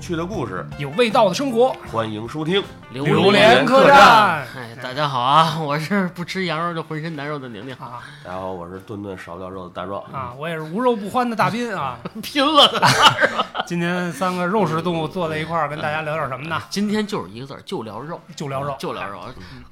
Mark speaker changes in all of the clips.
Speaker 1: 趣的故事，
Speaker 2: 有味道的生活，
Speaker 1: 欢迎收听。
Speaker 2: 榴
Speaker 1: 莲
Speaker 2: 客
Speaker 1: 客
Speaker 2: 栈
Speaker 3: 哎，大家好啊！我是不吃羊肉就浑身难受的 宁宁，
Speaker 2: 啊
Speaker 1: 大家好，我是顿顿少不了肉的大壮。
Speaker 2: 啊！我也是无肉不欢的大斌啊！
Speaker 3: 拼了的！
Speaker 2: 今天三个肉食动物坐在一块儿，跟大家聊点什么呢？
Speaker 3: 今天就是一个字儿，就聊肉，
Speaker 2: 就聊肉，嗯
Speaker 3: 就聊肉，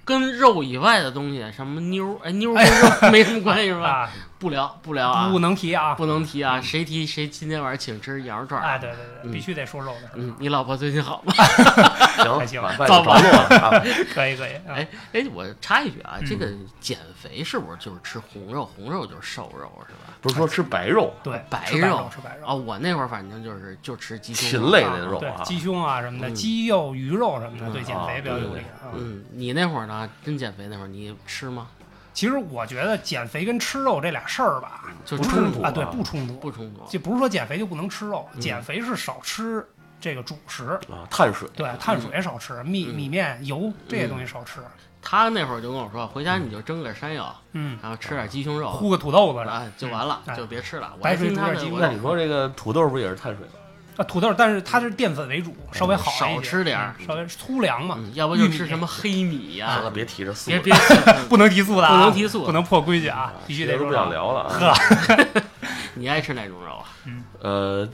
Speaker 3: 跟肉以外的东西，什么妞儿，哎，妞儿跟 肉没什么关系是吧？
Speaker 2: 啊，
Speaker 3: 不聊，不聊啊
Speaker 2: 不，能提啊！
Speaker 3: 不能提啊！谁提谁今天晚上请吃羊肉串儿。
Speaker 2: 哎，对哎对对，
Speaker 3: 嗯
Speaker 2: 必须得说肉的事
Speaker 3: 嗯，你老婆最近好吗？
Speaker 2: 还
Speaker 1: 行，
Speaker 2: 行
Speaker 1: 晚饭就着落了。啊
Speaker 2: 儿，可以可以。啊
Speaker 3: 哎哎，我插一句啊，
Speaker 2: 嗯
Speaker 3: 这个减肥是不是就是吃红肉？红肉就是瘦肉是吧？
Speaker 1: 不是说吃白肉，
Speaker 2: 对，
Speaker 3: 白
Speaker 2: 吃
Speaker 3: 肉
Speaker 2: 吃白
Speaker 3: 啊，
Speaker 2: 肉，
Speaker 3: 我那会儿反正就是就吃鸡胸
Speaker 1: 禽
Speaker 3: 肉
Speaker 1: 类的肉
Speaker 2: 对
Speaker 1: 啊，
Speaker 2: 鸡胸啊什么的，
Speaker 3: 嗯
Speaker 2: 鸡肉、鱼肉什么的，
Speaker 3: 嗯
Speaker 2: 对减肥比较有利啊。
Speaker 3: 嗯，你那会儿呢？真减肥那会儿你吃吗？
Speaker 2: 其实我觉得减肥跟吃肉这俩事儿吧，
Speaker 3: 就
Speaker 1: 不
Speaker 3: 吃
Speaker 1: 冲突
Speaker 2: 啊，对，
Speaker 1: 啊
Speaker 2: 不冲突，
Speaker 3: 不冲嗯突。
Speaker 2: 就不是说减肥就不能吃肉，减肥是少吃这个主食，
Speaker 1: 啊，碳水
Speaker 2: 对，碳水少吃，米
Speaker 3: 嗯
Speaker 2: 米面油这些东西少吃，
Speaker 3: 他那会儿就跟我说，回家你就蒸点山药，
Speaker 2: 嗯，
Speaker 3: 然后吃点鸡胸肉，
Speaker 2: 烀个土豆子啥
Speaker 3: 啊，就完了
Speaker 2: 嗯，
Speaker 3: 就别吃了。我
Speaker 2: 白
Speaker 3: 还
Speaker 2: 水
Speaker 3: 听
Speaker 2: 煮
Speaker 3: 他
Speaker 2: 点
Speaker 3: 的，
Speaker 2: 鸡
Speaker 3: 我
Speaker 1: 那你说这个土豆不也是碳水吗？
Speaker 2: 啊，土豆，但是它是淀粉为主，稍微好一
Speaker 3: 少吃点儿
Speaker 2: 嗯稍微粗粮嘛，
Speaker 3: 嗯要不就吃什么黑米呀
Speaker 1: 完
Speaker 2: 嗯
Speaker 1: 了，，别提这素
Speaker 3: 啊别
Speaker 1: 了，
Speaker 3: 别，
Speaker 2: 不能提速的啊，
Speaker 3: 不能提速
Speaker 2: 不能破规矩啊，必须得
Speaker 1: 别都嗯
Speaker 2: 说
Speaker 1: 不想。聊了啊。
Speaker 2: 呵，
Speaker 3: 你爱吃哪种肉啊？
Speaker 1: 呃，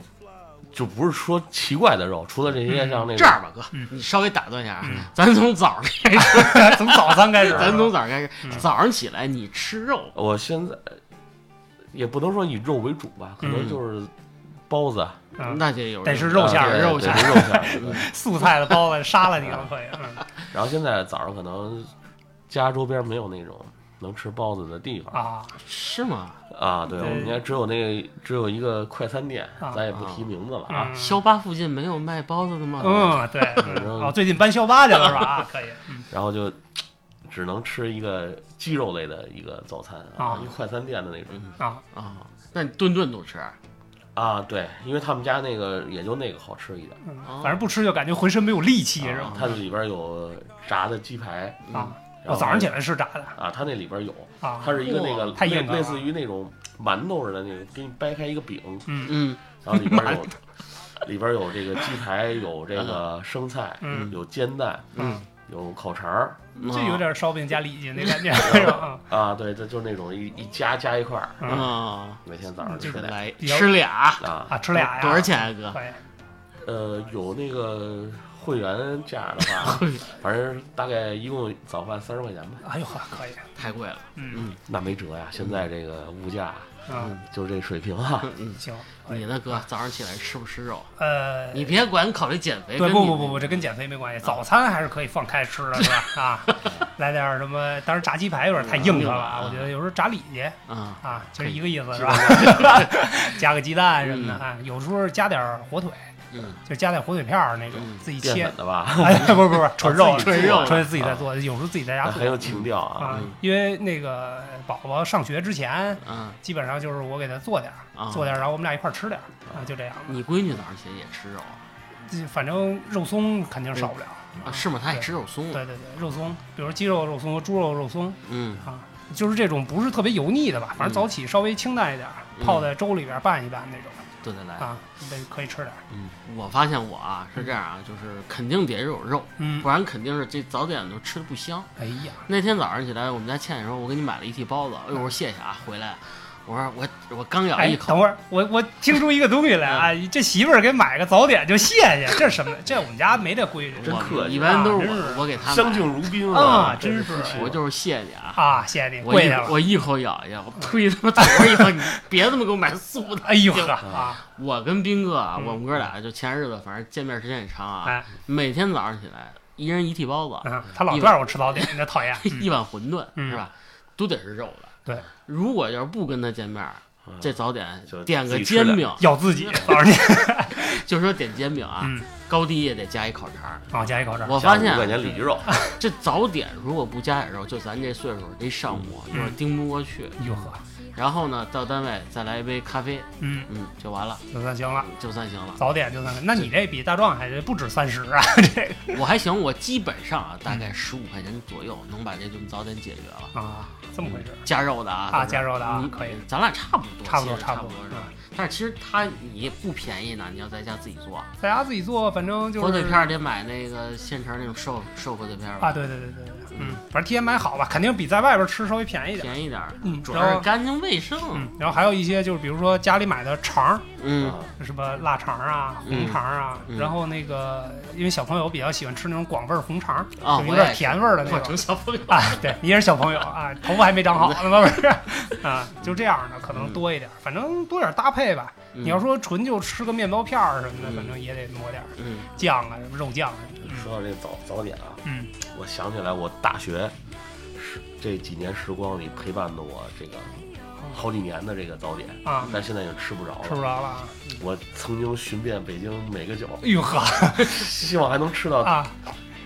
Speaker 1: 就不是说奇怪的肉，除了这些像那
Speaker 3: 这
Speaker 1: 个
Speaker 3: 样吧，哥
Speaker 2: 嗯，
Speaker 3: 你稍微打断一下
Speaker 2: 嗯
Speaker 3: 啊，咱从早上开始，
Speaker 2: 从早餐开始，
Speaker 3: 咱从早上开
Speaker 2: 嗯
Speaker 3: 始，早上起来你吃肉，
Speaker 1: 我现在也不能说以肉为主吧，可能
Speaker 3: 嗯
Speaker 1: 就是包子，
Speaker 2: 嗯
Speaker 3: 那就有
Speaker 2: 得是
Speaker 3: 肉
Speaker 2: 肉馅儿
Speaker 1: 啊对
Speaker 3: 肉
Speaker 1: 对
Speaker 3: 馅儿
Speaker 1: 肉馅儿对
Speaker 2: 素菜的包子杀了你了，可以，嗯
Speaker 1: 然后现在早上可能家周边没有那种能吃包子的地方
Speaker 2: 啊，
Speaker 3: 是吗？
Speaker 1: 啊，对，我
Speaker 2: 对
Speaker 1: 们家只有那个只有一个快餐店
Speaker 2: 啊，
Speaker 1: 咱也不提名字了啊。
Speaker 2: 嗯
Speaker 3: 肖巴附近没有卖包子的吗？，
Speaker 2: 嗯，对，
Speaker 1: 反正
Speaker 2: 嗯哦，最近搬校巴去了是吧？啊，可以， 嗯
Speaker 1: 然后就只能吃一个鸡肉类的一个早餐
Speaker 2: 啊
Speaker 1: 啊，一快餐店的那种
Speaker 2: 啊，
Speaker 3: 啊，那你顿顿都吃，
Speaker 1: 啊，对，因为他们家那个也就那个好吃一点。
Speaker 2: 嗯
Speaker 3: 哦
Speaker 2: 反正不吃就感觉浑身没有力气是吧？
Speaker 1: 它里边有炸的鸡排，
Speaker 3: 嗯
Speaker 2: 啊，
Speaker 1: 然
Speaker 2: 我
Speaker 1: 后
Speaker 2: 早上起来是炸的
Speaker 1: 啊，它那里边有，
Speaker 2: 啊
Speaker 1: 它，是一个那个
Speaker 2: 哇太硬
Speaker 1: 类
Speaker 2: 了啊
Speaker 1: 类似于那种馒头似的那种，给你掰开一个饼，
Speaker 2: 嗯
Speaker 3: 嗯，
Speaker 1: 然后里边有里边有这个鸡排，有这个生菜，
Speaker 2: 嗯
Speaker 1: 有煎蛋，
Speaker 2: 嗯，
Speaker 1: 有烤肠儿
Speaker 2: 这有点烧饼加里脊那感 觉是吧？
Speaker 1: 啊，对，这就是那种一一夹夹一块儿，
Speaker 2: 嗯嗯
Speaker 3: 啊，
Speaker 1: 每天早上吃
Speaker 2: 嗯
Speaker 1: 俩
Speaker 3: 来
Speaker 2: 比较
Speaker 3: 吃俩，
Speaker 1: 啊，
Speaker 2: 啊，吃俩呀，
Speaker 3: 多少钱啊，哥？
Speaker 2: 可以？
Speaker 1: 呃，有那个会员价的话
Speaker 3: 会员，
Speaker 1: 反正大概一共早饭三十块钱吧，
Speaker 2: 哎呦呵，可以，
Speaker 3: 太贵了，
Speaker 2: 嗯
Speaker 1: 那没辙呀，现在这个物价
Speaker 2: 啊，
Speaker 1: 就这水平啊，
Speaker 3: 嗯，
Speaker 2: 行，可以
Speaker 3: 你呢，哥？早上起来吃不吃肉？
Speaker 2: 呃，
Speaker 3: 你别管考虑减肥，
Speaker 2: 对，
Speaker 3: 跟
Speaker 2: 不
Speaker 3: 你
Speaker 2: 不
Speaker 3: 哦
Speaker 2: 不不，这跟减肥没关系，早餐还是可以放开吃的，是 吧？啊，来点什么？当然炸鸡排有点太硬核了啊，
Speaker 3: 嗯
Speaker 2: 我觉得有时候炸里脊
Speaker 3: 啊，
Speaker 2: 啊，其
Speaker 3: 可
Speaker 2: 实
Speaker 3: 以
Speaker 2: 一个意思是吧？ 加个鸡蛋什么的啊，有时候加点火腿，
Speaker 3: 嗯，
Speaker 2: 就加点火腿片儿那种，
Speaker 3: 嗯
Speaker 2: 自己
Speaker 1: 淀
Speaker 2: 切
Speaker 1: 粉。的吧，
Speaker 2: 哎，不是不是不是，纯肉
Speaker 1: 自己
Speaker 3: 纯肉啊
Speaker 2: 纯自己在做，有时候自己在家做
Speaker 1: 很有情调啊，
Speaker 2: 啊
Speaker 3: 嗯，
Speaker 2: 因为那个宝宝上学之前，
Speaker 3: 啊，
Speaker 2: 基本上就是我给他做点儿，
Speaker 3: 啊
Speaker 2: 做点儿，然后我们俩一块儿吃点儿啊，就这样。
Speaker 3: 你闺女早上起来也吃肉
Speaker 2: 这反正肉松肯定少不了
Speaker 3: 啊？是吗？她也吃肉松
Speaker 2: 嗯对，对对，肉松，比如鸡肉肉松、猪肉肉松
Speaker 3: 嗯
Speaker 2: 啊，就是这种不是特别油腻的吧，反正早起稍微清淡一点儿，
Speaker 3: 嗯
Speaker 2: 泡在粥里边拌一拌那种
Speaker 3: 对对对，
Speaker 2: 啊，得可以吃点儿。
Speaker 3: 我发现我啊是这样啊，就是肯定得有肉，
Speaker 2: 嗯
Speaker 3: 不，然肯定是这早点就吃的不香。
Speaker 2: 哎呀，
Speaker 3: 那天早上起来，我们家倩倩说：“我给你买了一屉包子。”哎呦，我说谢谢啊，回来。我说我我刚咬
Speaker 2: 哎
Speaker 3: 一，口
Speaker 2: 等，会儿我我听出一个东西来啊，这媳妇儿给买个早点就谢谢，这是什么？这我们家没这规矩，
Speaker 1: 真
Speaker 3: 我
Speaker 1: 客气
Speaker 3: 一般都
Speaker 2: 啊
Speaker 3: 是
Speaker 2: 真
Speaker 3: 我
Speaker 2: 是
Speaker 3: 我给她
Speaker 1: 相
Speaker 3: 买
Speaker 1: 敬如宾
Speaker 2: 啊，
Speaker 1: 这
Speaker 2: 真
Speaker 1: 个
Speaker 2: 是
Speaker 1: 事情
Speaker 3: 我就是谢谢啊。
Speaker 2: 啊，谢谢你，
Speaker 3: 我
Speaker 2: 跪
Speaker 3: 一
Speaker 2: 下了。
Speaker 3: 我一口咬一下，我推他妈腿儿一口，你别他妈给我买素的。
Speaker 2: 哎呦呵啊，
Speaker 3: 我跟斌哥啊，
Speaker 2: 嗯
Speaker 3: 我们哥俩就前日子，反正见面时间也长啊，
Speaker 2: 哎，
Speaker 3: 每天早上起来，一人一屉包子，
Speaker 2: 嗯他老拽我吃早点，你这讨厌。嗯
Speaker 3: 一碗馄饨，
Speaker 2: 嗯
Speaker 3: 是吧？都得是肉的。
Speaker 2: 对，
Speaker 3: 如果要是不跟他见面，
Speaker 1: 嗯
Speaker 3: 这早点
Speaker 1: 就
Speaker 3: 点
Speaker 1: 自
Speaker 3: 个
Speaker 1: 己吃点
Speaker 3: 煎饼，
Speaker 2: 咬自己，告诉你
Speaker 3: 就说点煎饼啊
Speaker 2: 嗯，
Speaker 3: 高低也得加一烤肠。
Speaker 2: 啊，加一口这儿
Speaker 3: 我发现
Speaker 1: 嗯五块钱里脊肉，
Speaker 3: 嗯这早点如果不加点肉，就咱这岁数这一上午有点盯不过去。
Speaker 2: 哎哟呵，
Speaker 3: 然后呢，到单位再来一杯咖啡，
Speaker 2: 嗯，
Speaker 3: 嗯，就完了，
Speaker 2: 就算行了，
Speaker 3: 就算行了。
Speaker 2: 早点就算。那你这比大壮还不止三十啊，这个
Speaker 3: 我还行，我基本上啊，大
Speaker 2: 嗯
Speaker 3: 概十五块钱左右能把这顿早点解决了。
Speaker 2: 啊，这么回事。
Speaker 3: 加肉的啊，
Speaker 2: 啊
Speaker 3: 都是
Speaker 2: 加肉的啊
Speaker 3: 你
Speaker 2: 可以
Speaker 3: 咱俩差不多，
Speaker 2: 差不多
Speaker 3: 其实
Speaker 2: 差
Speaker 3: 差
Speaker 2: 不多嗯
Speaker 3: 是吧？但是其实它也不便宜呢，你要在家自己做，
Speaker 2: 在家自己做，反正就是
Speaker 3: 火腿片儿得买那个现成那种瘦瘦火腿片儿吧
Speaker 2: 啊，，对对对对，对嗯，反正提前买好吧，肯定比在外边吃稍微便宜点。
Speaker 3: 便宜点儿
Speaker 2: 嗯，
Speaker 3: 主
Speaker 2: 然
Speaker 3: 要
Speaker 2: 后
Speaker 3: 是干净卫生。
Speaker 2: 嗯，然后还有一些就是比如说家里买的肠儿，
Speaker 3: 嗯
Speaker 1: 啊
Speaker 2: 什么腊肠啊、红
Speaker 3: 嗯
Speaker 2: 肠啊，
Speaker 3: 嗯
Speaker 2: 然后那个因为小朋友比较喜欢吃那种广味儿红肠，
Speaker 3: 啊
Speaker 2: 就有
Speaker 3: 我
Speaker 2: 点
Speaker 3: 也是
Speaker 2: 甜味儿的那
Speaker 1: 换
Speaker 2: 种
Speaker 1: 成。小朋友，
Speaker 2: 啊，对你也是小朋友啊，头发还没长好呢嘛，不是？啊，就这样的，可能多一点，反正多点搭配吧。
Speaker 3: 嗯
Speaker 2: 你要说纯就吃个面包片儿什么的，
Speaker 3: 嗯
Speaker 2: 反正也得抹点
Speaker 3: 嗯
Speaker 2: 酱啊，什么肉酱啊。
Speaker 1: 说到这早早点啊，
Speaker 2: 嗯，
Speaker 1: 我想起来我大学时这几年时光里陪伴的我这个好几年的这个早点，
Speaker 2: 啊，
Speaker 1: 但现在已经吃不着
Speaker 2: 吃不
Speaker 1: 了。
Speaker 2: 着了啊。
Speaker 1: 我曾经寻遍北京每 个角，
Speaker 2: 哎呦呵
Speaker 1: 希望还能吃到，
Speaker 2: 啊，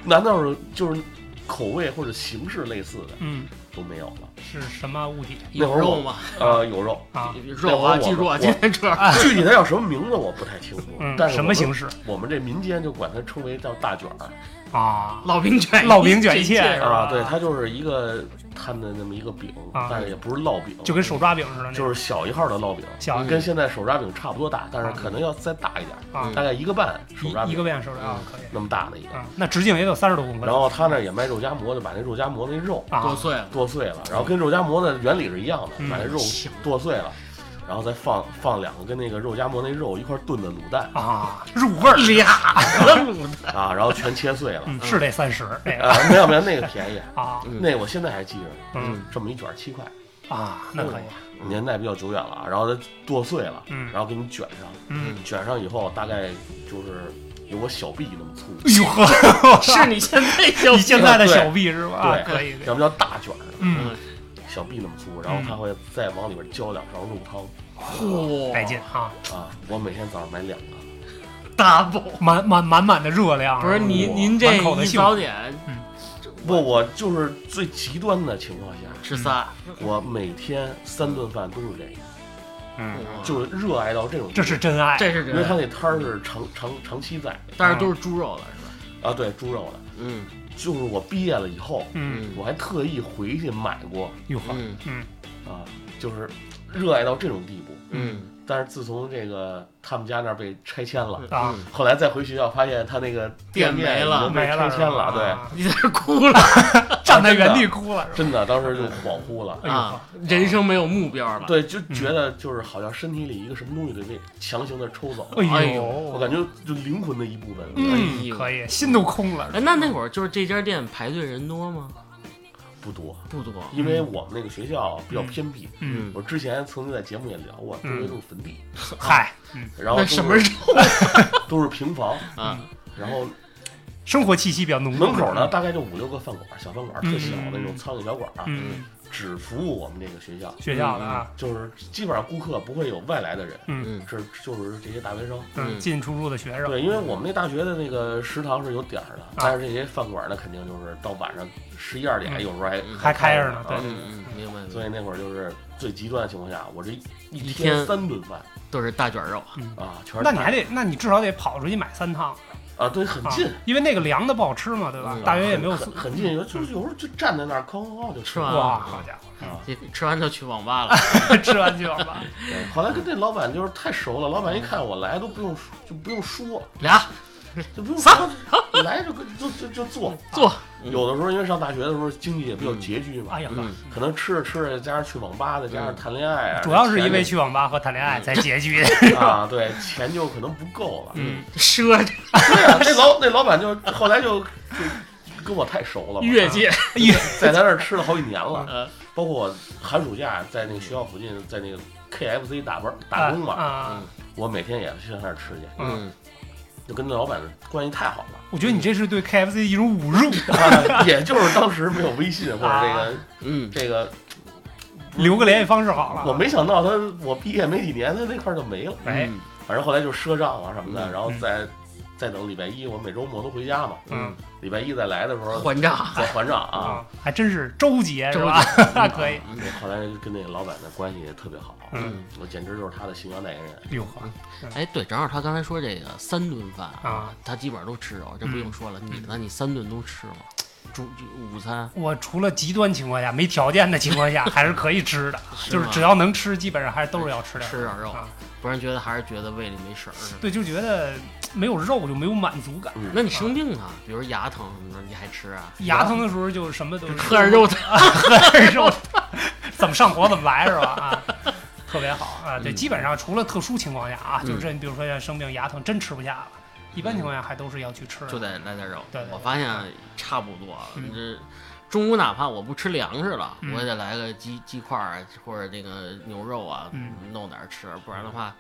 Speaker 1: 难道是就是口味或者形式类似的
Speaker 2: 嗯，
Speaker 1: 都没有了？
Speaker 2: 是什么物体
Speaker 1: 那
Speaker 3: 嗯有
Speaker 1: 会儿我
Speaker 3: 肉吗？
Speaker 1: 呃，有肉，
Speaker 2: 啊？
Speaker 3: 肉啊，
Speaker 1: 那会儿我
Speaker 3: 记住啊，
Speaker 1: 我
Speaker 3: 今天吃。
Speaker 1: 具体它叫什么名字我不太清楚，
Speaker 2: 嗯
Speaker 1: 但，是
Speaker 2: 什
Speaker 1: 我
Speaker 2: 么
Speaker 1: 们
Speaker 2: 形式
Speaker 1: 我们这民间就管它称为叫大卷儿
Speaker 2: 啊？
Speaker 3: 烙饼卷，
Speaker 2: 烙饼卷一切是吧
Speaker 1: 啊，对，它就是一个摊的那么一个饼，
Speaker 2: 啊
Speaker 1: 但是也不是烙饼，
Speaker 2: 就跟手抓饼似的那种，
Speaker 1: 就是小一号的烙饼，
Speaker 2: 小
Speaker 3: 嗯
Speaker 1: 跟现在手抓饼差不多大，但是可能要再大一点，
Speaker 2: 啊
Speaker 1: 大概一个半手抓
Speaker 2: 一一
Speaker 1: 饼
Speaker 2: 个变手抓啊，可以
Speaker 1: 那么大的一个。
Speaker 2: 啊，那直径也有三十多公分
Speaker 1: 然后他那儿也卖肉夹馍的，把那肉夹馍那肉
Speaker 3: 剁
Speaker 2: 啊
Speaker 3: 碎了，
Speaker 1: 剁碎了，然后跟肉夹馍的原理是一样的，
Speaker 2: 嗯
Speaker 1: 把那肉剁碎了，然后再放放两个跟那个肉夹馍那肉一块儿炖的卤蛋
Speaker 2: 啊，入味儿
Speaker 3: 俩
Speaker 1: 啊，然后全切碎了
Speaker 2: 嗯，是得三十那个
Speaker 1: 啊，没有没有那个便宜，
Speaker 2: 啊，
Speaker 3: 嗯
Speaker 1: 那我现在还记着，
Speaker 2: 嗯
Speaker 1: 这么一卷儿七块，
Speaker 2: 啊，那可以，
Speaker 1: 年代比较久远了，啊，然后它剁碎了，
Speaker 2: 嗯
Speaker 1: 然后给你卷上，
Speaker 2: 嗯，
Speaker 1: 卷上以后大概就是有我小臂那么粗，
Speaker 2: 哎呦呵，
Speaker 3: 是 你现在就
Speaker 2: 你现在的小臂是吧？啊
Speaker 1: 对
Speaker 2: 可以，
Speaker 1: 要么叫大卷儿，
Speaker 2: 嗯，
Speaker 1: 小臂那么粗，然后他会再往里边浇两勺肉汤
Speaker 3: 嚯，
Speaker 2: 带劲啊，
Speaker 1: 啊，我每天早上买两个，
Speaker 3: double。
Speaker 2: 满满满满的热量，
Speaker 3: 不是
Speaker 2: 吧
Speaker 3: 您您这
Speaker 2: 哎满口的
Speaker 3: 一
Speaker 2: 幸
Speaker 3: 早
Speaker 2: 福
Speaker 3: 点
Speaker 1: 不，我就是最极端的情况下，
Speaker 3: 吃仨，
Speaker 1: 我每天三顿饭都是这个，
Speaker 2: 嗯，
Speaker 3: 哇
Speaker 1: 就是热爱到这种地步，
Speaker 2: 这是真爱，
Speaker 3: 这是
Speaker 1: 因为他
Speaker 3: 真，
Speaker 1: 那摊儿是长长长期在
Speaker 3: 但是都是猪肉了是吧？
Speaker 1: 啊，对猪肉的，
Speaker 3: 嗯
Speaker 1: 就是我毕业了以后，
Speaker 2: 嗯，
Speaker 1: 我还特意回去买过
Speaker 2: 哟呵，
Speaker 3: 嗯
Speaker 2: 嗯
Speaker 1: 啊，就是热爱到这种地步。
Speaker 3: 嗯
Speaker 1: 但是自从这个他们家那儿被拆迁了，
Speaker 2: 啊，
Speaker 1: 后来再回学校发现他那个
Speaker 3: 店
Speaker 1: 面
Speaker 3: 没了
Speaker 1: 已经被
Speaker 2: 没
Speaker 1: 拆
Speaker 2: 了
Speaker 1: 迁了，对。
Speaker 2: 啊
Speaker 3: 你在这哭了
Speaker 2: 站在原地哭了是吧？
Speaker 1: 真的，当时就恍惚了。
Speaker 2: 哎呦呵
Speaker 3: 啊，人生没有目标了。
Speaker 1: 对，就觉得就是好像身体里一个什么东西给被强行的抽走了，
Speaker 2: 哎
Speaker 3: 哎
Speaker 2: 呦，
Speaker 3: 呦
Speaker 1: 我感觉就灵魂的一部分。
Speaker 3: 哎
Speaker 2: 嗯，
Speaker 3: 呦
Speaker 2: 可以，心都空了，
Speaker 3: 哎，那那会儿就是这家店排队人多吗？
Speaker 1: 不多，
Speaker 3: 不多。
Speaker 1: 因为我们那个学校比较偏僻。
Speaker 2: 嗯，
Speaker 1: 我之前曾经在节目也聊过，周围都是坟地，
Speaker 2: 嗨，
Speaker 1: 哎
Speaker 2: 嗯，
Speaker 1: 然后
Speaker 3: 那
Speaker 1: 都是
Speaker 3: 什么肉
Speaker 1: 都是平房，
Speaker 3: 啊？
Speaker 1: 然后
Speaker 2: 生活气息比较浓，
Speaker 1: 门口呢，大概就五六个饭馆，小饭馆特小的
Speaker 2: 嗯
Speaker 1: 那种苍蝇小馆啊，
Speaker 2: 嗯，
Speaker 1: 只服务我们这个学校，
Speaker 2: 学校的啊，
Speaker 1: 就是基本上顾客不会有外来的人，
Speaker 2: 嗯
Speaker 3: 嗯
Speaker 1: 是就是这些大学生。
Speaker 2: 嗯，
Speaker 3: 嗯
Speaker 2: 进出入的学生，
Speaker 1: 对，因为我们那大学的那个食堂是有点儿的，
Speaker 2: 啊
Speaker 1: 但是这些饭馆呢，肯定就是到晚上十一二点，
Speaker 2: 嗯
Speaker 1: 有时候还
Speaker 3: 嗯
Speaker 2: 还开着呢
Speaker 1: 呢。
Speaker 2: 对
Speaker 1: 啊
Speaker 3: 嗯嗯，明白明
Speaker 1: 所以
Speaker 3: 白。
Speaker 1: 那会儿就是最极端的情况下，我这一
Speaker 3: 一天
Speaker 1: 三顿饭
Speaker 3: 都是大卷肉，
Speaker 1: 啊，全是
Speaker 2: 那你还
Speaker 1: 得
Speaker 2: 得，那你至少得跑出去买三趟
Speaker 1: 啊，对，很
Speaker 2: 啊
Speaker 1: 近，，
Speaker 2: 因为那个凉的不好吃嘛，对吧
Speaker 3: 嗯？
Speaker 2: 大学也没有
Speaker 1: 很啊很很近，有就是有时候就站在那儿哐哐哐就
Speaker 3: 吃完了
Speaker 2: 哇，好家伙，
Speaker 1: 啊。
Speaker 3: 这吃完就去网吧了。
Speaker 2: 吃完就吧，
Speaker 1: 对后来跟这老板就是太熟了，老板一看我来都不用说就不用说，
Speaker 3: 俩
Speaker 1: 就不用说，来就跟就就就做。啊
Speaker 3: 坐，嗯
Speaker 1: 有的时候因为上大学的时候经济也比较拮据嘛
Speaker 2: 哎，呀
Speaker 3: 嗯
Speaker 2: 呵，
Speaker 1: 可能吃着吃着，加上去网吧的，加上
Speaker 3: 嗯
Speaker 1: 谈恋爱啊，
Speaker 2: 主要是因
Speaker 1: 钱
Speaker 2: 为
Speaker 1: 就
Speaker 2: 去网吧和谈恋爱才拮据 的，
Speaker 1: 啊，对，钱就可能不够了。
Speaker 2: 嗯，
Speaker 3: 奢侈
Speaker 1: 对啊，那老那老板就后来就就跟我太熟了嘛，
Speaker 3: 越界。
Speaker 1: 在咱那儿吃了好几年了，
Speaker 3: 呃，
Speaker 1: 包括我寒暑假在那个学校附近，在那个 KFC 打班打工嘛，
Speaker 2: 啊，
Speaker 1: 我每天也去他那儿吃去，
Speaker 2: 嗯
Speaker 3: 嗯，
Speaker 1: 就跟那老板关系太好了。
Speaker 2: 我觉得你这是对 KFC 一种侮辱，
Speaker 1: 啊 也就是当时没有微信或者这
Speaker 2: 啊
Speaker 1: 个
Speaker 3: 嗯，
Speaker 1: 这个，
Speaker 2: 留个联系方式
Speaker 3: 啊
Speaker 2: 好了。
Speaker 1: 我没想到他我毕业没几年，他那块儿就没了。
Speaker 2: 哎
Speaker 3: 嗯，
Speaker 1: 反正后来就赊账啊什么的，
Speaker 3: 嗯
Speaker 1: 然后在再等礼拜一，我每周末都回家嘛，
Speaker 2: 嗯，
Speaker 1: 礼拜一再来的时候
Speaker 3: 还账。
Speaker 1: 再还账啊。
Speaker 2: 啊，还真是周杰是
Speaker 3: 嗯周
Speaker 2: 吧？
Speaker 3: 杰
Speaker 2: 可以，
Speaker 1: 我后来跟那个老板的关系也特别好，
Speaker 2: 嗯，
Speaker 1: 我简直就是他的形象代言人。
Speaker 2: 哟呵，
Speaker 3: 哎，对，正好他刚才说这个三顿饭
Speaker 2: 嗯啊，嗯
Speaker 3: 他基本上都吃肉，这不用说了。你呢？你三顿都吃吗？主午餐
Speaker 2: 我除了极端情况下没条件的情况下，还是可以吃的，
Speaker 3: 是
Speaker 2: 就是
Speaker 3: 吗
Speaker 2: 只要能吃，基本上还是都是要吃点
Speaker 3: 吃点肉
Speaker 2: 啊，
Speaker 3: 不然觉得还是觉得胃里没食儿似的。
Speaker 2: 对，就觉得没有肉就没有满足感。
Speaker 1: 嗯，
Speaker 3: 那你生病了，比如牙疼什么的，你还吃啊？
Speaker 2: 啊牙疼的时候就什么都
Speaker 3: 喝点肉汤。
Speaker 2: 吃肉，哎怎么上火怎么来是吧？ 啊，特别好啊！对，基本上除了特殊情况下啊，
Speaker 3: 嗯
Speaker 2: 就是你比如说像生病牙疼真吃不下了，一般情况下还都是要去吃的。
Speaker 3: 就得来点肉。
Speaker 2: 对对对
Speaker 3: 我发现差不多了。
Speaker 2: 嗯
Speaker 3: 这中午哪怕我不吃粮食了，
Speaker 2: 嗯
Speaker 3: 我也得来个鸡鸡块儿啊或者这个牛肉啊，
Speaker 2: 嗯
Speaker 3: 弄点儿吃，不然的话，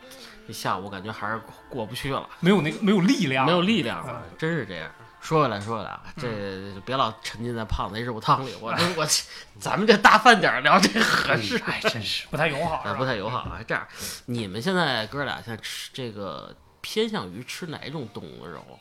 Speaker 3: 这下午感觉还是过不去了，
Speaker 2: 没有那个没有力量，
Speaker 3: 没有力量了
Speaker 2: 啊，
Speaker 3: 真是这样。说回来，说回来啊，这别老沉浸在胖子那肉汤里。我我，咱们这大饭点儿聊这合适
Speaker 2: 哎， 真是不太友好，
Speaker 3: 啊，
Speaker 2: 是
Speaker 3: 不
Speaker 2: 吧？
Speaker 3: 太友好啊。这样，你们现在哥俩现在吃这个偏向于吃哪种动物肉啊？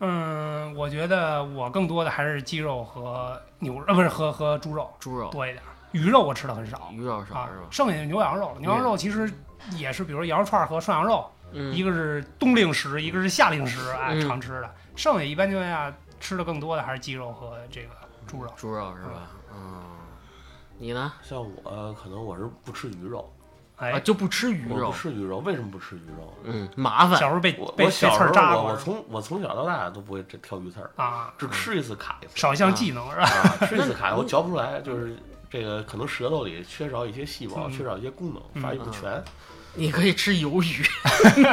Speaker 2: 嗯，我觉得我更多的还是鸡肉和牛肉，呃，不是和和猪肉
Speaker 3: 猪肉、
Speaker 2: 多一点，鱼肉我吃的很少
Speaker 3: 鱼肉少
Speaker 2: 啊
Speaker 3: 哦是吧，？
Speaker 2: 剩下的牛羊肉了。牛羊肉其实也是，比如羊肉串儿和涮羊肉，
Speaker 3: 嗯
Speaker 2: 一个是冬令时，一个是夏令时，哎，
Speaker 3: 嗯
Speaker 2: 常吃的。剩下一般情况下吃的更多的还是鸡肉和这个猪肉。
Speaker 3: 猪肉是吧？嗯，你呢？
Speaker 1: 像我可能我是不吃鱼肉，
Speaker 3: 啊，
Speaker 2: 哎，
Speaker 3: 就不吃鱼
Speaker 1: 我
Speaker 3: 肉
Speaker 1: 不，吃鱼肉，为什么不吃鱼肉？
Speaker 3: 嗯，麻
Speaker 2: 小
Speaker 3: 烦。
Speaker 2: 时候被
Speaker 1: 我
Speaker 2: 被
Speaker 1: 我
Speaker 2: 被刺
Speaker 1: 小时
Speaker 2: 儿
Speaker 1: 候
Speaker 2: 扎
Speaker 1: 我
Speaker 2: 过
Speaker 1: 我
Speaker 2: 是
Speaker 1: 从我从小到大都不会这挑鱼刺儿，
Speaker 2: 吧啊，
Speaker 1: 只吃一次卡一次，
Speaker 2: 少一项技能是 吧？
Speaker 1: 啊，吃一次
Speaker 2: 嗯
Speaker 1: 卡我嚼不出来，就是这个可能舌头里缺少一些细胞，
Speaker 2: 嗯
Speaker 1: 缺少一些功能，
Speaker 2: 嗯
Speaker 1: 发育不全。
Speaker 3: 你可以吃鱿鱼，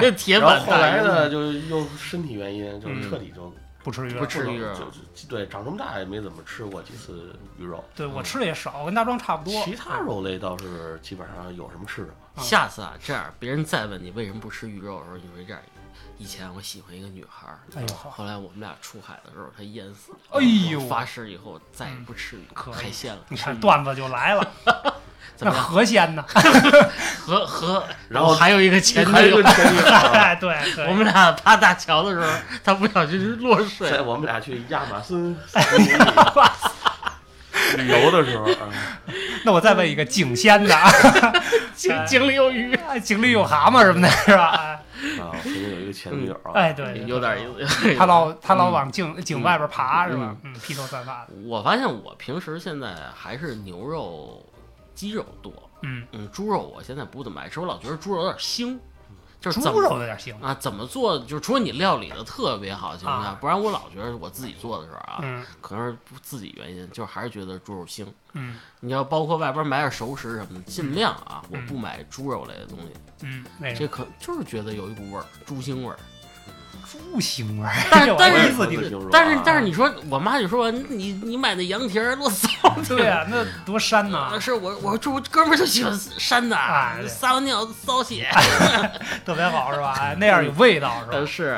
Speaker 3: 那铁
Speaker 1: 然
Speaker 3: 板
Speaker 1: 后后
Speaker 3: 大
Speaker 1: 来
Speaker 3: 鱿
Speaker 1: 呢，就是又身体原因，就
Speaker 2: 嗯
Speaker 1: 彻底就
Speaker 2: 不吃鱼
Speaker 3: 不
Speaker 2: 肉。
Speaker 3: 吃鱼肉
Speaker 1: 就就对，长这么大也没怎么吃过几次鱼肉。
Speaker 2: 对我吃的也少，我跟大壮差不多。
Speaker 1: 其他肉类倒是基本上有什么吃 什么。
Speaker 3: 鱼。下次啊，这样别人再问你为什么不吃鱼肉的时候，你说这样。以前我喜欢一个女孩儿，
Speaker 2: 哎呦
Speaker 3: 后来我们俩出海的时候，她淹死了。
Speaker 2: 哎呦嗯
Speaker 3: 我发誓以后再也不吃鱼
Speaker 2: 可以
Speaker 3: 海鲜了。
Speaker 2: 你
Speaker 3: 吃
Speaker 2: 看
Speaker 3: 鱼
Speaker 2: 段子就来 了，
Speaker 3: 怎
Speaker 2: 那
Speaker 3: 么啊样？
Speaker 2: 河鲜呢？
Speaker 3: 和和，
Speaker 1: 然后
Speaker 3: 我还有一个前
Speaker 1: 还
Speaker 3: 女
Speaker 1: 有
Speaker 3: 友
Speaker 1: 一个，前 女友啊，
Speaker 2: 哎，对，对
Speaker 3: 我们俩爬大桥的时候，她不小心落水
Speaker 1: 在
Speaker 3: 了。
Speaker 1: 我们俩去亚马 孙旅游的时候，啊
Speaker 2: 那我再问一个井鲜的 啊，
Speaker 3: 井井里有鱼，
Speaker 2: 哎井里有蛤蟆什么的，是吧？ 哎
Speaker 1: 啊，我曾经有一个前女友啊，
Speaker 2: 哎，对，对
Speaker 3: 有点
Speaker 2: 对
Speaker 3: 意 思。
Speaker 2: 他老他老往井井外边爬是吧
Speaker 3: 嗯？
Speaker 2: 嗯，披头散发的，
Speaker 3: 我发现我平时现在还是牛肉、鸡肉多，
Speaker 2: 嗯，
Speaker 3: 嗯，猪肉我现在不怎么爱吃，我老觉得猪肉有点腥，就是怎
Speaker 2: 猪肉
Speaker 3: 么
Speaker 2: 有点腥。
Speaker 3: 啊怎么做，就是除了你料理的特别好的情况下，
Speaker 2: 啊
Speaker 3: 不然我老觉得我自己做的时候啊，
Speaker 2: 嗯
Speaker 3: 可能是自己原因，就是还是觉得猪肉腥。
Speaker 2: 嗯
Speaker 3: 你要包括外边买点熟食什么的，尽量啊，我不买猪肉类的东西，
Speaker 2: 嗯，那个
Speaker 3: 这可就是觉得有一股味儿，猪腥味儿。
Speaker 2: 猪腥 味儿，
Speaker 3: 但
Speaker 2: 这
Speaker 3: 是
Speaker 2: 我
Speaker 3: 但
Speaker 2: 第一
Speaker 3: 是
Speaker 2: 次听。
Speaker 1: 听说
Speaker 3: 但是
Speaker 1: 啊
Speaker 3: 但是你说，我妈就说你你买那羊蹄儿落骚
Speaker 2: 对啊，那多膻
Speaker 3: 啊，
Speaker 2: 呐，
Speaker 3: 是我我住哥们儿就喜欢山的，
Speaker 2: 哎对啊
Speaker 3: 撒完尿骚血。
Speaker 2: 特别好是吧？哎那样有味道是
Speaker 3: 呃
Speaker 2: 吧？
Speaker 3: 是，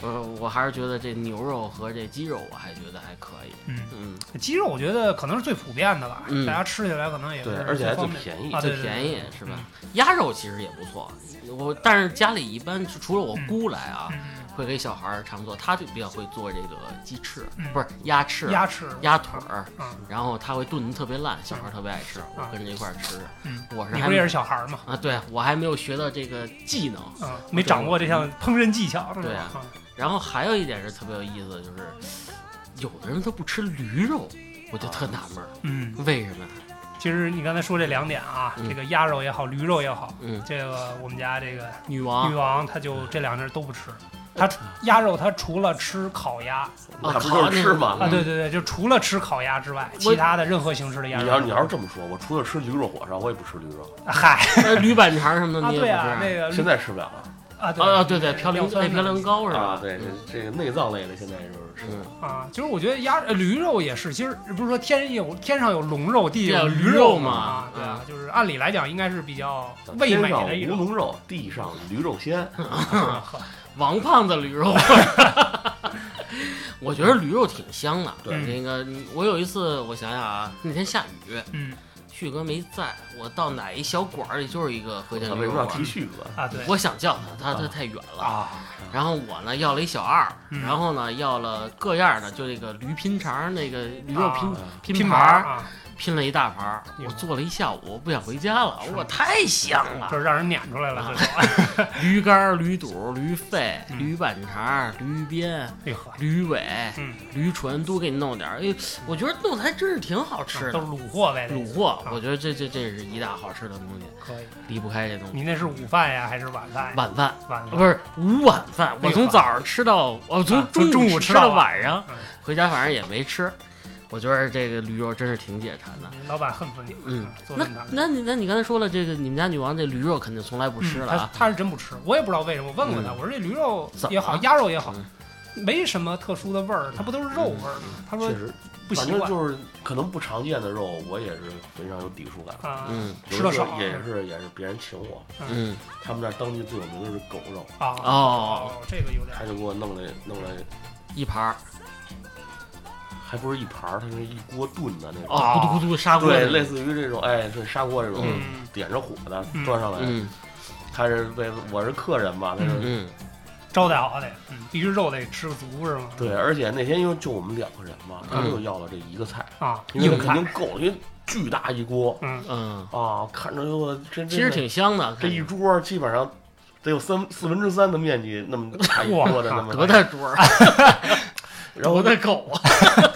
Speaker 3: 我我还是觉得这牛肉和这鸡肉，我还觉得还可以。
Speaker 2: 嗯，
Speaker 3: 嗯，
Speaker 2: 鸡肉我觉得可能是最普遍的吧，
Speaker 3: 嗯
Speaker 2: 大家吃起来可能也是
Speaker 1: 对，而且还最
Speaker 2: 方便
Speaker 1: 便宜
Speaker 2: 啊，对嗯
Speaker 3: 最便宜是吧？鸭肉其实也不错，我但是家里一般除了我姑来啊，
Speaker 2: 嗯
Speaker 3: 会给小孩儿常做，她就比较会做这个鸡翅，
Speaker 2: 嗯
Speaker 3: 不是鸭翅、
Speaker 2: 鸭翅，
Speaker 3: 鸭腿儿，
Speaker 2: 嗯，
Speaker 3: 然后她会炖的特别烂，小孩儿特别爱吃，我
Speaker 2: 啊
Speaker 3: 跟着一块儿吃。
Speaker 2: 嗯
Speaker 3: 我是
Speaker 2: 你
Speaker 3: 还
Speaker 2: 不是也是
Speaker 3: 没
Speaker 2: 小孩儿嘛？
Speaker 3: 啊，对我还没有学到这个技能。
Speaker 2: 嗯，没掌握这项烹饪技巧是吧？
Speaker 3: 对啊然后还有一点是特别有意思的，就是有的人他不吃驴肉，我
Speaker 2: 啊
Speaker 3: 就特纳闷儿，
Speaker 2: 嗯，
Speaker 3: 为什么呀？
Speaker 2: 其实你刚才说这两点啊，
Speaker 3: 嗯
Speaker 2: 这个鸭肉也好，驴肉也好，
Speaker 3: 嗯，啊
Speaker 2: 这个我们家这个
Speaker 3: 女
Speaker 2: 女
Speaker 3: 王
Speaker 2: 王她就这两样都不吃，
Speaker 3: 嗯
Speaker 2: 她鸭肉她除了吃烤鸭，
Speaker 1: 那不就是吃
Speaker 3: 啊
Speaker 1: 吗？
Speaker 2: 啊，对对对，就除了吃烤鸭之外，其他的任何形式的
Speaker 1: 你
Speaker 2: 鸭
Speaker 1: 要你
Speaker 2: 肉，啊
Speaker 1: 要是这么说，我除了吃驴肉火烧，我也不吃驴肉，
Speaker 2: 嗨
Speaker 3: 呃驴板肠什么的
Speaker 2: 啊，
Speaker 3: 你也不
Speaker 2: 对
Speaker 3: 吃
Speaker 2: 啊，那
Speaker 3: 啊？
Speaker 2: 个
Speaker 1: 现在吃不了了
Speaker 2: 啊
Speaker 3: 啊，
Speaker 2: 对
Speaker 3: 对对，嘌呤
Speaker 2: 酸
Speaker 3: 哎嘌呤高是吧？
Speaker 1: 啊对，
Speaker 3: 嗯
Speaker 1: 这这个内脏类的现在就是吃不了。
Speaker 3: 嗯，
Speaker 2: 啊，就是我觉得鸭呃驴肉也是，其实呃不是说天有天上有龙肉，地
Speaker 3: 有
Speaker 2: 驴
Speaker 3: 驴肉
Speaker 2: 嘛，
Speaker 3: 嘛
Speaker 2: 啊对啊
Speaker 3: 嗯，
Speaker 2: 就是按理来讲应该是比较味
Speaker 1: 天
Speaker 2: 美
Speaker 1: 上
Speaker 2: 的一
Speaker 1: 无
Speaker 2: 种，嗯啊
Speaker 1: 龙肉，地上驴肉鲜。
Speaker 2: 呵
Speaker 3: 王胖子驴肉。 我觉得驴肉挺香的。
Speaker 1: 对
Speaker 3: 那个，我有一次，我想想啊，那天下雨，
Speaker 2: 嗯
Speaker 3: 旭哥没在，我到哪一小馆儿里就是一个河鲜
Speaker 1: 他
Speaker 3: 牛
Speaker 1: 为什
Speaker 3: 肉
Speaker 1: 么要
Speaker 3: 馆
Speaker 1: 提
Speaker 3: 儿。
Speaker 1: 旭哥？
Speaker 2: 啊，对
Speaker 3: 我想叫他，他他太远了。
Speaker 2: 啊，
Speaker 3: 然后我呢要了一小二，
Speaker 2: 嗯
Speaker 3: 然后呢要了各样的，就这个驴拼肠那个驴肉拼、
Speaker 1: 啊
Speaker 3: 拼
Speaker 2: 拼
Speaker 3: 盘
Speaker 2: 儿
Speaker 3: 儿，
Speaker 2: 啊，
Speaker 3: 拼了一大盘儿。
Speaker 2: 明
Speaker 3: 我
Speaker 2: 白
Speaker 3: 做了一下午，我不想回家了，我太香
Speaker 2: 就
Speaker 3: 了！
Speaker 2: 是让人撵出来了，哎
Speaker 3: 啊
Speaker 2: 这种。
Speaker 3: 驴肝儿、驴肚、驴肺、
Speaker 2: 嗯
Speaker 3: 驴板肠、驴鞭、
Speaker 2: 哎呵，
Speaker 3: 驴尾、
Speaker 2: 嗯，
Speaker 3: 驴唇都给你弄点儿。哎，我觉得弄的还真是挺好吃
Speaker 2: 都
Speaker 3: 的
Speaker 2: 是。卤货呗，这
Speaker 3: 卤
Speaker 2: 是
Speaker 3: 货
Speaker 2: 啊，
Speaker 3: 我觉得这这这是一大好吃的东西，
Speaker 2: 可以。
Speaker 3: 离不开这东西。
Speaker 2: 你那是午饭呀，还是晚饭呀？
Speaker 3: 晚饭
Speaker 2: 晚
Speaker 3: 不是午晚饭，
Speaker 2: 哎
Speaker 3: 我
Speaker 2: 呦
Speaker 3: 从早上吃到，我
Speaker 2: 啊
Speaker 3: 从
Speaker 2: 从中午
Speaker 3: 午
Speaker 2: 吃
Speaker 3: 到
Speaker 2: 到晚
Speaker 3: 晚上
Speaker 2: 嗯，
Speaker 3: 回家反正也没吃。我觉得这个驴肉真是挺解馋的。
Speaker 2: 老板恨不得你，
Speaker 3: 嗯
Speaker 2: 啊，做
Speaker 3: 那
Speaker 2: 这么大的。
Speaker 3: 那你那你刚才说了，这个你们家女王这驴肉肯定从来不吃
Speaker 2: 嗯
Speaker 3: 了
Speaker 2: 他
Speaker 3: 啊，嗯
Speaker 2: 他是真不吃，我也不知道为什么。我问过他，我说这驴肉
Speaker 3: 怎么
Speaker 2: 也好，
Speaker 3: 了
Speaker 2: 鸭肉也好
Speaker 3: 嗯，
Speaker 2: 没什么特殊的味儿，它不都是肉味儿吗？他说
Speaker 1: 确实，
Speaker 2: 嗯不
Speaker 1: 反
Speaker 2: 习
Speaker 1: 正
Speaker 2: 惯
Speaker 1: 就是可能不常见的肉，我也是非常有抵触感。
Speaker 2: 啊，
Speaker 3: 嗯
Speaker 1: 有
Speaker 2: 吃的
Speaker 1: 一次
Speaker 2: 少
Speaker 1: 也是也是别人请我，
Speaker 3: 嗯
Speaker 1: 他们那儿当地最有名的是狗肉，
Speaker 2: 啊
Speaker 3: 哦，
Speaker 2: 这个有点
Speaker 1: 他就给我弄了弄了，
Speaker 3: 一盘儿
Speaker 1: 还不是一盘儿，它是一锅炖的那种，
Speaker 2: 哦
Speaker 3: 咕嘟咕嘟砂锅
Speaker 1: 对，
Speaker 3: 里
Speaker 1: 类似于这种哎，是砂锅这种
Speaker 2: 嗯
Speaker 1: 点着火的
Speaker 2: 嗯
Speaker 1: 端上来，
Speaker 3: 嗯
Speaker 1: 他是为我是客人嘛，他
Speaker 2: 嗯
Speaker 1: 是
Speaker 3: 嗯
Speaker 2: 招待好得，嗯必须肉得吃个足是吗？
Speaker 1: 对，而且那天因为就我们两个人嘛，他
Speaker 3: 嗯
Speaker 1: 就要了这一个菜，
Speaker 2: 啊，
Speaker 1: 因为
Speaker 3: 硬
Speaker 1: 肯定够了，因为巨大一锅
Speaker 2: 嗯，
Speaker 3: 嗯，
Speaker 1: 啊，看着我真真
Speaker 3: 其
Speaker 1: 的
Speaker 3: 实挺香的，
Speaker 1: 这一桌基本上得有三四分之三的面积 那么大一
Speaker 2: 哇
Speaker 1: 锅的那么
Speaker 3: 多
Speaker 1: 大，
Speaker 3: 大桌儿，
Speaker 1: 然后
Speaker 3: 多
Speaker 1: 我就
Speaker 3: 大狗 啊！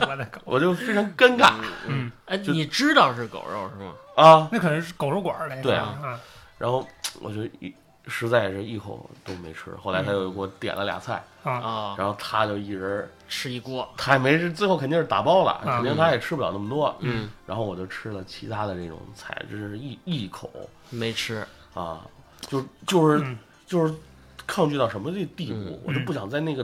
Speaker 2: 我的狗，
Speaker 1: 我就非常 尴尬
Speaker 2: 嗯，
Speaker 3: 哎，
Speaker 1: 就
Speaker 3: 你知道是狗肉是吗？
Speaker 1: 啊，
Speaker 2: 那可能是狗肉馆儿来的，
Speaker 1: 对
Speaker 2: 啊，
Speaker 1: 然后我就一实在是一口都没吃，后来他又给我点了俩菜，
Speaker 2: 啊，
Speaker 3: 嗯啊，
Speaker 1: 然后他就一人
Speaker 3: 吃一锅，
Speaker 1: 他也没最后肯定是打包了，
Speaker 2: 嗯
Speaker 1: 肯定他也吃不了那么多，
Speaker 3: 啊嗯，
Speaker 1: 然后我就吃了其他的这种菜，真是一一口
Speaker 3: 没吃，
Speaker 1: 啊，就就是、
Speaker 2: 嗯
Speaker 1: 就是抗拒到什么这地步
Speaker 3: 嗯，
Speaker 1: 我就不想在那个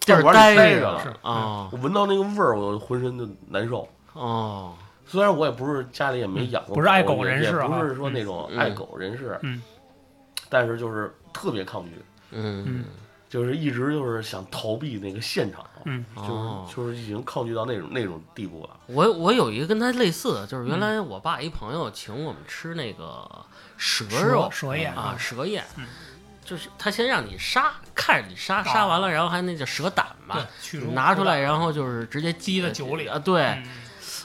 Speaker 3: 地
Speaker 1: 饭
Speaker 3: 儿
Speaker 1: 馆里
Speaker 3: 待
Speaker 1: 着
Speaker 2: 是嗯
Speaker 1: 了，
Speaker 3: 啊
Speaker 1: 我闻到那个味儿，我浑身就难受。
Speaker 3: 哦，
Speaker 1: 虽然我也不是家里也没养过，
Speaker 2: 不是爱狗人士
Speaker 1: 也
Speaker 2: 啊
Speaker 1: 不是说那种
Speaker 3: 嗯
Speaker 1: 爱狗人士，
Speaker 2: 嗯，
Speaker 1: 但是就是特别抗拒，
Speaker 3: 嗯，
Speaker 1: 就是一直就是想逃避那个现场，
Speaker 2: 嗯，
Speaker 3: 哦
Speaker 1: 就是就是已经抗拒到那种那种地步了。
Speaker 3: 我我有一个跟他类似的，就是
Speaker 2: 嗯
Speaker 3: 原来我爸一朋友请我们吃那个蛇肉
Speaker 2: 蛇眼
Speaker 3: 啊，蛇宴
Speaker 2: 嗯，
Speaker 3: 就是他先让你杀，看着你杀，杀完了，然后还那叫蛇胆
Speaker 2: 对
Speaker 3: 吧，，
Speaker 2: 去除
Speaker 3: 拿出来，然后就是直接滴
Speaker 2: 滴在酒里
Speaker 3: 啊。对
Speaker 2: 嗯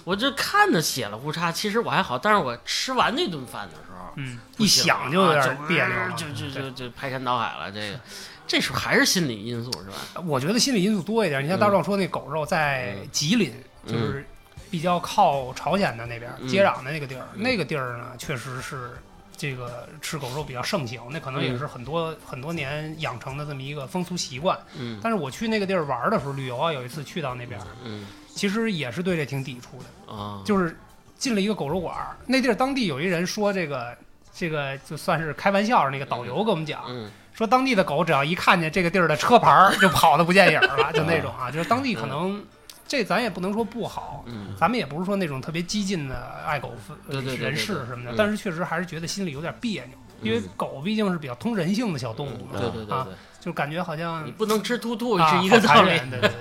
Speaker 3: 我这看着血了胡叉，其实我还好，但是我吃完那顿饭的时候，
Speaker 2: 嗯，
Speaker 3: 不
Speaker 2: 一
Speaker 3: 行
Speaker 2: 想就
Speaker 3: 啊
Speaker 2: 有点别扭啊了，
Speaker 3: 就就
Speaker 2: 对
Speaker 3: 就就排山倒海了。这个这时候还是心理因素是吧？
Speaker 2: 我觉得心理因素多一点。你像大壮说那狗肉在吉林，
Speaker 3: 嗯
Speaker 2: 就是比较靠朝鲜的那边、
Speaker 3: 嗯
Speaker 2: 接壤的那个地儿，
Speaker 3: 嗯
Speaker 2: 那个地儿呢，确实是这个吃狗肉比较盛行，那可能
Speaker 3: 嗯
Speaker 2: 也是很多、很多年养成的这么一个风俗习惯。
Speaker 3: 嗯
Speaker 2: 但是我去那个地儿玩的时候，旅游啊，有一次去到那边，
Speaker 3: 嗯
Speaker 2: 其实也是对这挺抵触的，
Speaker 3: 啊，
Speaker 2: 就是进了一个狗肉馆儿，那地儿当地有一人说这个。这个就算是开玩笑，那个导游跟我们讲，
Speaker 3: 嗯
Speaker 2: 说当地的狗只要一看见这个地儿的车牌儿，就跑的不见影儿了，就那种 啊，就是当地可能这咱也不能说不好，
Speaker 3: 嗯
Speaker 2: 咱们也不是说那种特别激进的爱狗分
Speaker 3: 对对对对
Speaker 2: 人士什么的
Speaker 3: 嗯，
Speaker 2: 但是确实还是觉得心里有点别扭，因为
Speaker 3: 嗯
Speaker 2: 狗毕竟是比较通人性的小动物嘛，
Speaker 3: 对对对
Speaker 2: 啊
Speaker 3: 对。
Speaker 2: 就感觉好像
Speaker 3: 你不能吃兔兔
Speaker 2: 啊
Speaker 3: 是一个
Speaker 2: 好残
Speaker 3: 道理
Speaker 2: 忍，，对对对，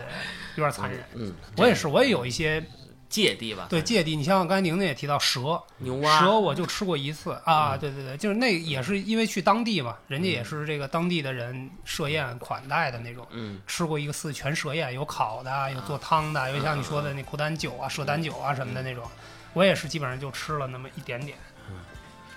Speaker 2: 有点残忍。
Speaker 3: 嗯，
Speaker 2: 我也是，我也有一些
Speaker 3: 芥蒂吧，
Speaker 2: 对芥蒂。你像刚才宁宁也提到蛇，
Speaker 3: 牛
Speaker 2: 蛇
Speaker 3: 蛙，
Speaker 2: 我就吃过一次
Speaker 3: 嗯
Speaker 2: 啊，对对对，就是那也是因为去当地嘛，人家也是这个当地的人设宴款待的那种，
Speaker 3: 嗯
Speaker 2: 吃过一个四全蛇宴，有烤的，有做汤的，有像你说的那苦胆酒
Speaker 3: 嗯
Speaker 2: 啊、蛇胆酒啊什么的那种，我也是基本上就吃了那么一点点。
Speaker 3: 嗯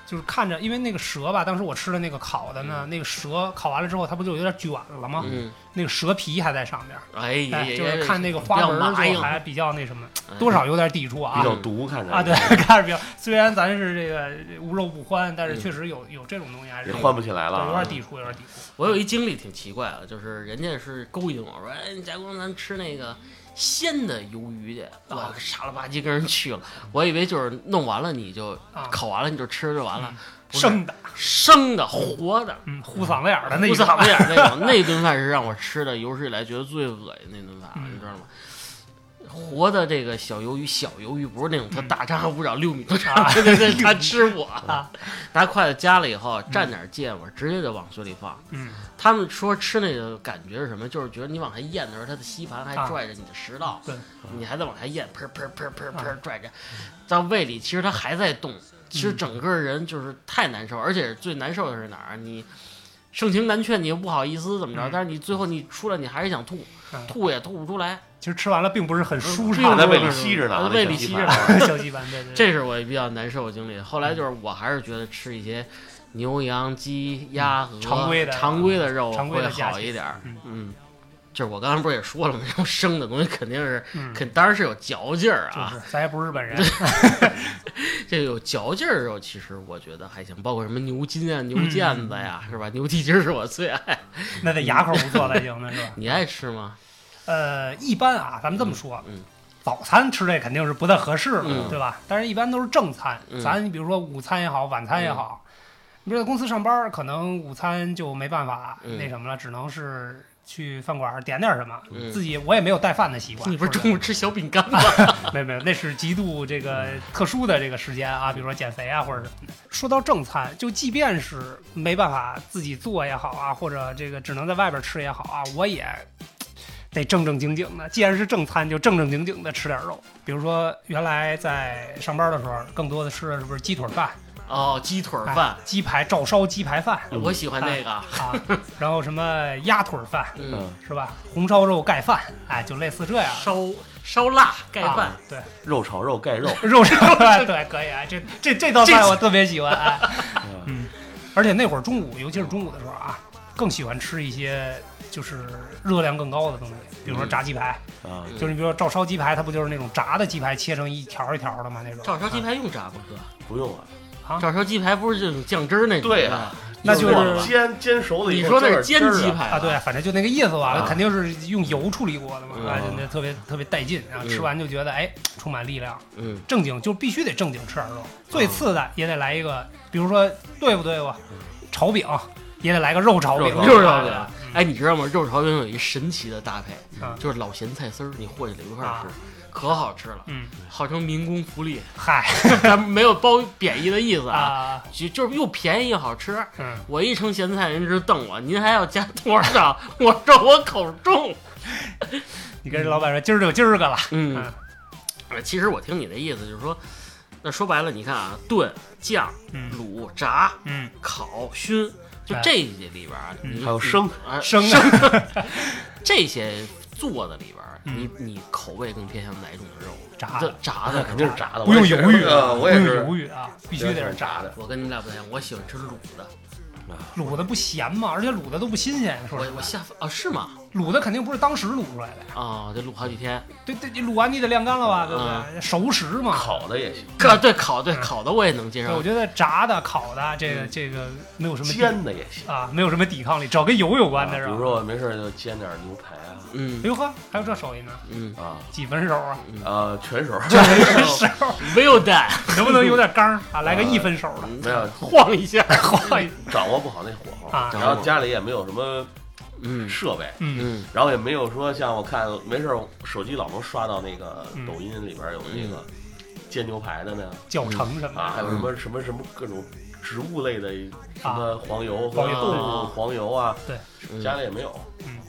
Speaker 2: 就是看着，因为那个蛇吧，当时我吃的那个烤的呢，那个蛇烤完了之后，它不就有点卷了吗？
Speaker 3: 嗯，
Speaker 2: 那个蛇皮还在上边儿，
Speaker 3: 哎呀
Speaker 2: 哎，
Speaker 3: 呀，
Speaker 2: 就是看那个
Speaker 3: 比
Speaker 2: 花
Speaker 3: 较
Speaker 2: 纹
Speaker 3: 麻
Speaker 2: 儿就
Speaker 3: 硬
Speaker 2: 还比较那什么，
Speaker 3: 哎
Speaker 2: 多少有点抵触啊，
Speaker 1: 比较毒，看着
Speaker 2: 啊，对， 看着比较，虽然咱是这个无肉不欢，但是确实有有这种东西还是
Speaker 1: 也
Speaker 2: 有
Speaker 1: 换不起来了
Speaker 2: 对有
Speaker 1: 啊
Speaker 2: 点。抵触，有点抵触。
Speaker 3: 我有一经历挺奇怪的，就是人家是勾引我说，哎，你家公咱吃那个鲜的鱿鱼去，
Speaker 2: 啊
Speaker 3: 我傻了吧唧跟人去了，我以为就是弄完了你就
Speaker 2: 啊
Speaker 3: 烤完了你就吃就完了，不
Speaker 2: 嗯
Speaker 3: 是
Speaker 2: 生的，
Speaker 3: 生的活的。
Speaker 2: 嗯，糊嗓子眼儿的那
Speaker 3: 不
Speaker 2: 一种
Speaker 3: 嗓子啊眼儿那种，那顿饭是让我吃的有史以来觉得最恶心那顿饭了，你知道吗？活的这个小鱿鱼，小鱿鱼不是那种它
Speaker 2: 嗯
Speaker 3: 大张五爪 六米多
Speaker 2: 啊
Speaker 3: 长，对对对，它吃我，啊拿筷子夹了以后蘸点芥末，直接就往嘴里放。
Speaker 2: 嗯，
Speaker 3: 他们说吃那个感觉是什么？就是觉得你往下咽的时候，它的吸盘还
Speaker 2: 啊
Speaker 3: 拽着你的食道，
Speaker 2: 对，
Speaker 3: 你还在往下咽，砰砰砰砰
Speaker 2: 啊
Speaker 3: 砰拽着，到胃里其实它还在动，其实整个人就是太难受，而且最难受的是哪儿？你盛情难却，你又不好意思怎么着，
Speaker 2: 嗯
Speaker 3: 但是你最后你出来你还是想吐，
Speaker 2: 嗯
Speaker 3: 吐也吐不出来，
Speaker 2: 其实吃完了并不是很舒
Speaker 3: 嗯
Speaker 1: 还
Speaker 2: 畅
Speaker 1: 在
Speaker 3: 并
Speaker 2: 的
Speaker 3: 不
Speaker 1: 胃
Speaker 3: 是
Speaker 1: 里吸着呢，
Speaker 3: 还在胃里吸着呢
Speaker 2: 小鸡班，对对，对
Speaker 3: 这是我比较难受的经历。后来就是我还是觉得吃一些牛羊鸡鸭鹅
Speaker 2: 嗯常规的嗯
Speaker 3: 常规的肉
Speaker 2: 常规
Speaker 3: 会
Speaker 2: 的价
Speaker 3: 好
Speaker 2: 钱
Speaker 3: 一点儿
Speaker 2: 嗯，
Speaker 3: 嗯。就是我刚才不是也说了吗？这 种生的东西肯定是，
Speaker 2: 嗯，
Speaker 3: 肯当然是有嚼劲儿啊
Speaker 2: 就。是咱也不是日本人，
Speaker 3: 这有嚼劲儿的肉，其实我觉得还行，包括什么牛筋啊、
Speaker 2: 嗯
Speaker 3: 牛腱子呀，是吧？牛蹄筋儿是我最爱。
Speaker 2: 那得牙口不错才行，那是吧？
Speaker 3: 你爱吃吗？
Speaker 2: 呃，一般啊，咱们这么说，
Speaker 3: 嗯
Speaker 2: 早餐吃这肯定是不太合适了，
Speaker 3: 嗯
Speaker 2: 对吧？但是一般都是正餐，
Speaker 3: 嗯
Speaker 2: 咱比如说午餐也好，晚餐也好，你比如在公司上班，可能午餐就没办法、
Speaker 3: 嗯
Speaker 2: 那什么了，只能是去饭馆点点什么。
Speaker 3: 嗯
Speaker 2: 自己我也没有带饭的习惯，
Speaker 3: 你不是
Speaker 2: 说
Speaker 3: 中午吃小饼干吗？
Speaker 2: 真的 没有没有，那是极度这个
Speaker 3: 嗯
Speaker 2: 特殊的这个时间啊，比如说减肥啊或者什么的。说到正餐，就即便是没办法自己做也好啊，或者这个只能在外边吃也好啊，我也得正正经经的。既然是正餐，就正正经经的吃点肉。比如说原来在上班的时候，更多的吃的是不是鸡腿饭、
Speaker 3: 哦，鸡腿儿饭
Speaker 2: 哎，鸡排、照烧鸡排饭
Speaker 1: 嗯
Speaker 3: 我喜欢那个。
Speaker 2: 啊，然后什么鸭腿饭
Speaker 3: 嗯，
Speaker 1: 嗯，
Speaker 2: 是吧？红烧肉盖饭，哎，就类似这样。
Speaker 3: 烧烧腊盖饭
Speaker 2: 啊，对。
Speaker 1: 肉炒肉盖肉，
Speaker 2: 肉烧饭，对，可以啊，这这这道
Speaker 3: 这
Speaker 2: 菜
Speaker 3: 次
Speaker 2: 我特别喜欢，哎，
Speaker 1: 嗯
Speaker 2: 嗯，而且那会儿中午，尤其是中午的时候啊，更喜欢吃一些就是热量更高的东西，比如说炸鸡排，
Speaker 1: 啊，
Speaker 2: 就是你比如说照烧鸡排，它不就是那种炸的鸡排切成一条一条的吗？那种
Speaker 3: 照烧鸡
Speaker 2: 啊
Speaker 3: 排用炸吗，哥？
Speaker 1: 不用了，
Speaker 2: 啊
Speaker 3: 照烧鸡排不是这种酱汁儿那种？
Speaker 1: 对
Speaker 3: 啊
Speaker 1: 啊，
Speaker 2: 那就是
Speaker 1: 煎煎熟了以
Speaker 3: 你
Speaker 1: 后
Speaker 3: 说那
Speaker 1: 就是
Speaker 3: 煎
Speaker 1: 汁儿
Speaker 3: 鸡
Speaker 1: 了，
Speaker 3: 排
Speaker 2: 啊，对，反正就那个意思吧，
Speaker 3: 啊
Speaker 2: 肯定是用油处理过的嘛，
Speaker 3: 嗯
Speaker 2: 啊，就那特别特别带劲，然后吃
Speaker 3: 嗯
Speaker 2: 完就觉得哎，充满力量。
Speaker 3: 嗯，
Speaker 2: 正经就必须得正经吃点肉，最次的也得来一个，比如说对付对付，炒饼也得来个肉炒饼，
Speaker 1: 肉炒
Speaker 3: 肉炒饼
Speaker 2: 啊。
Speaker 3: 哎，你知道吗？肉炒饼有一神奇的搭配
Speaker 2: 嗯，
Speaker 3: 就是老咸菜丝儿，你和起来一块儿吃
Speaker 2: 啊，
Speaker 3: 可好吃了，
Speaker 2: 嗯，
Speaker 3: 号称民工福利，
Speaker 2: 嗨
Speaker 3: 咱们没有褒贬义的意思啊，
Speaker 2: 啊，
Speaker 3: 就就是又便宜又好吃。
Speaker 2: 嗯，
Speaker 3: 我一称咸菜，人直瞪我，您还要加多少？ 我说我口重。
Speaker 2: 你跟人老板说今儿就今儿个了，
Speaker 3: 嗯，呃其实我听你的意思就是说，那说白了，你看啊，炖、酱、
Speaker 2: 嗯
Speaker 3: 卤、炸、
Speaker 2: 嗯，
Speaker 3: 烤、熏，就
Speaker 2: 哎
Speaker 3: 这些里边儿，
Speaker 2: 嗯
Speaker 3: 你
Speaker 1: 还有生，
Speaker 3: 啊
Speaker 2: 生
Speaker 3: 生
Speaker 2: 啊，
Speaker 3: 这些做的里边儿，
Speaker 2: 嗯
Speaker 3: 你你口味更偏向哪种肉？
Speaker 2: 炸
Speaker 3: 这
Speaker 2: 的哎
Speaker 3: 炸的
Speaker 1: 肯定是。炸的，
Speaker 2: 不用
Speaker 1: 我也是
Speaker 2: 犹豫
Speaker 1: 啊，我也
Speaker 2: 不
Speaker 1: 是
Speaker 2: 用犹豫啊，必须得是炸的，
Speaker 1: 的，
Speaker 3: 我跟你们俩不太一样，我喜欢吃卤的。
Speaker 2: 卤的不咸嘛，而且卤的都不嗯新鲜，说
Speaker 3: 我
Speaker 2: 实
Speaker 3: 我
Speaker 2: 话，
Speaker 3: 下饭啊，是吗？
Speaker 2: 卤的肯定不是当时卤出来的呀，
Speaker 3: 啊，得卤好几天。
Speaker 2: 对对，你卤完你得晾干了吧，对不对？熟食嘛，
Speaker 1: 烤的也行，
Speaker 3: 啊，对，烤对
Speaker 2: 嗯
Speaker 3: 烤的我也能接
Speaker 2: 对，我
Speaker 3: 受。
Speaker 2: 觉得炸的、烤的，这个
Speaker 3: 嗯
Speaker 2: 这个没有什么抵
Speaker 1: 煎的也行。
Speaker 2: 啊，没有什么抵抗力，只要跟油有关的
Speaker 1: 啊
Speaker 2: 是
Speaker 1: 比如
Speaker 2: 吧？
Speaker 1: 说我没事儿就煎点牛排啊，
Speaker 3: 嗯
Speaker 2: 哎呦呵，还有这手艺呢，
Speaker 3: 嗯，
Speaker 1: 啊，
Speaker 2: 几分熟啊？
Speaker 1: 呃，全熟，
Speaker 2: 手
Speaker 3: 没有 蛋，
Speaker 2: 能不能有点刚儿啊？来个一分熟的，
Speaker 1: 没有
Speaker 3: 晃一下。
Speaker 2: 晃一
Speaker 1: 掌握不好那火候，
Speaker 2: 啊
Speaker 1: 然后家里也没有什么
Speaker 3: 嗯
Speaker 1: 设备，
Speaker 2: 嗯
Speaker 3: 嗯
Speaker 1: 然后也没有说像我看没事儿手机老能刷到那个
Speaker 2: 嗯
Speaker 1: 抖音里边有那个煎牛排的呢，
Speaker 2: 教程什么
Speaker 1: 啊，还
Speaker 2: 的，
Speaker 1: 有什么什么什么各种植物类的什么黄油、
Speaker 2: 啊黄油
Speaker 1: 动物黄油啊，
Speaker 3: 嗯
Speaker 1: 家里也没有，
Speaker 2: 嗯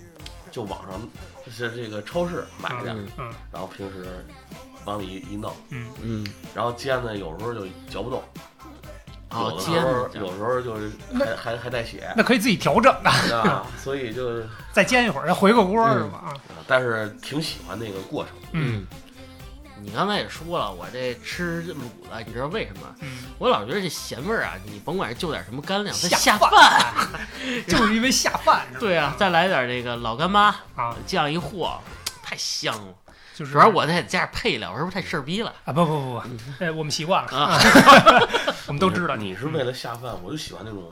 Speaker 1: 就网上就是这个超市买点儿，
Speaker 3: 嗯
Speaker 2: 嗯
Speaker 1: 然后平时往里一一弄，
Speaker 2: 嗯，
Speaker 3: 嗯，
Speaker 1: 然后煎呢有时候就嚼不动，
Speaker 2: 哦
Speaker 3: 啊，
Speaker 1: 有的
Speaker 3: 煎
Speaker 1: 时候
Speaker 3: 的
Speaker 1: 有时候就是还还还带血
Speaker 2: 那可以自己调整的，
Speaker 1: 啊，所以就
Speaker 2: 再煎一会儿，再回个锅儿是吧？
Speaker 1: 嗯
Speaker 2: 啊，
Speaker 1: 但是挺喜欢那个过程，
Speaker 2: 嗯
Speaker 3: 嗯，你刚才也说了，我这吃卤的，你知道为什么？
Speaker 2: 嗯，
Speaker 3: 我老觉得这咸味儿啊，你甭管是就点什么干粮，它
Speaker 2: 下
Speaker 3: 下饭。
Speaker 2: 嗯就是因为下饭是吧？
Speaker 3: 对啊，再来点这个老干妈，
Speaker 2: 啊，
Speaker 3: 这样一和，太香了。
Speaker 2: 就是
Speaker 3: 主要我再加点配料，我是不是太事儿逼了
Speaker 2: 啊，不不不不，
Speaker 1: 嗯
Speaker 2: 呃，我们习惯了，
Speaker 3: 啊？
Speaker 2: 我们都知道
Speaker 1: 你是为了下饭，我就喜欢那种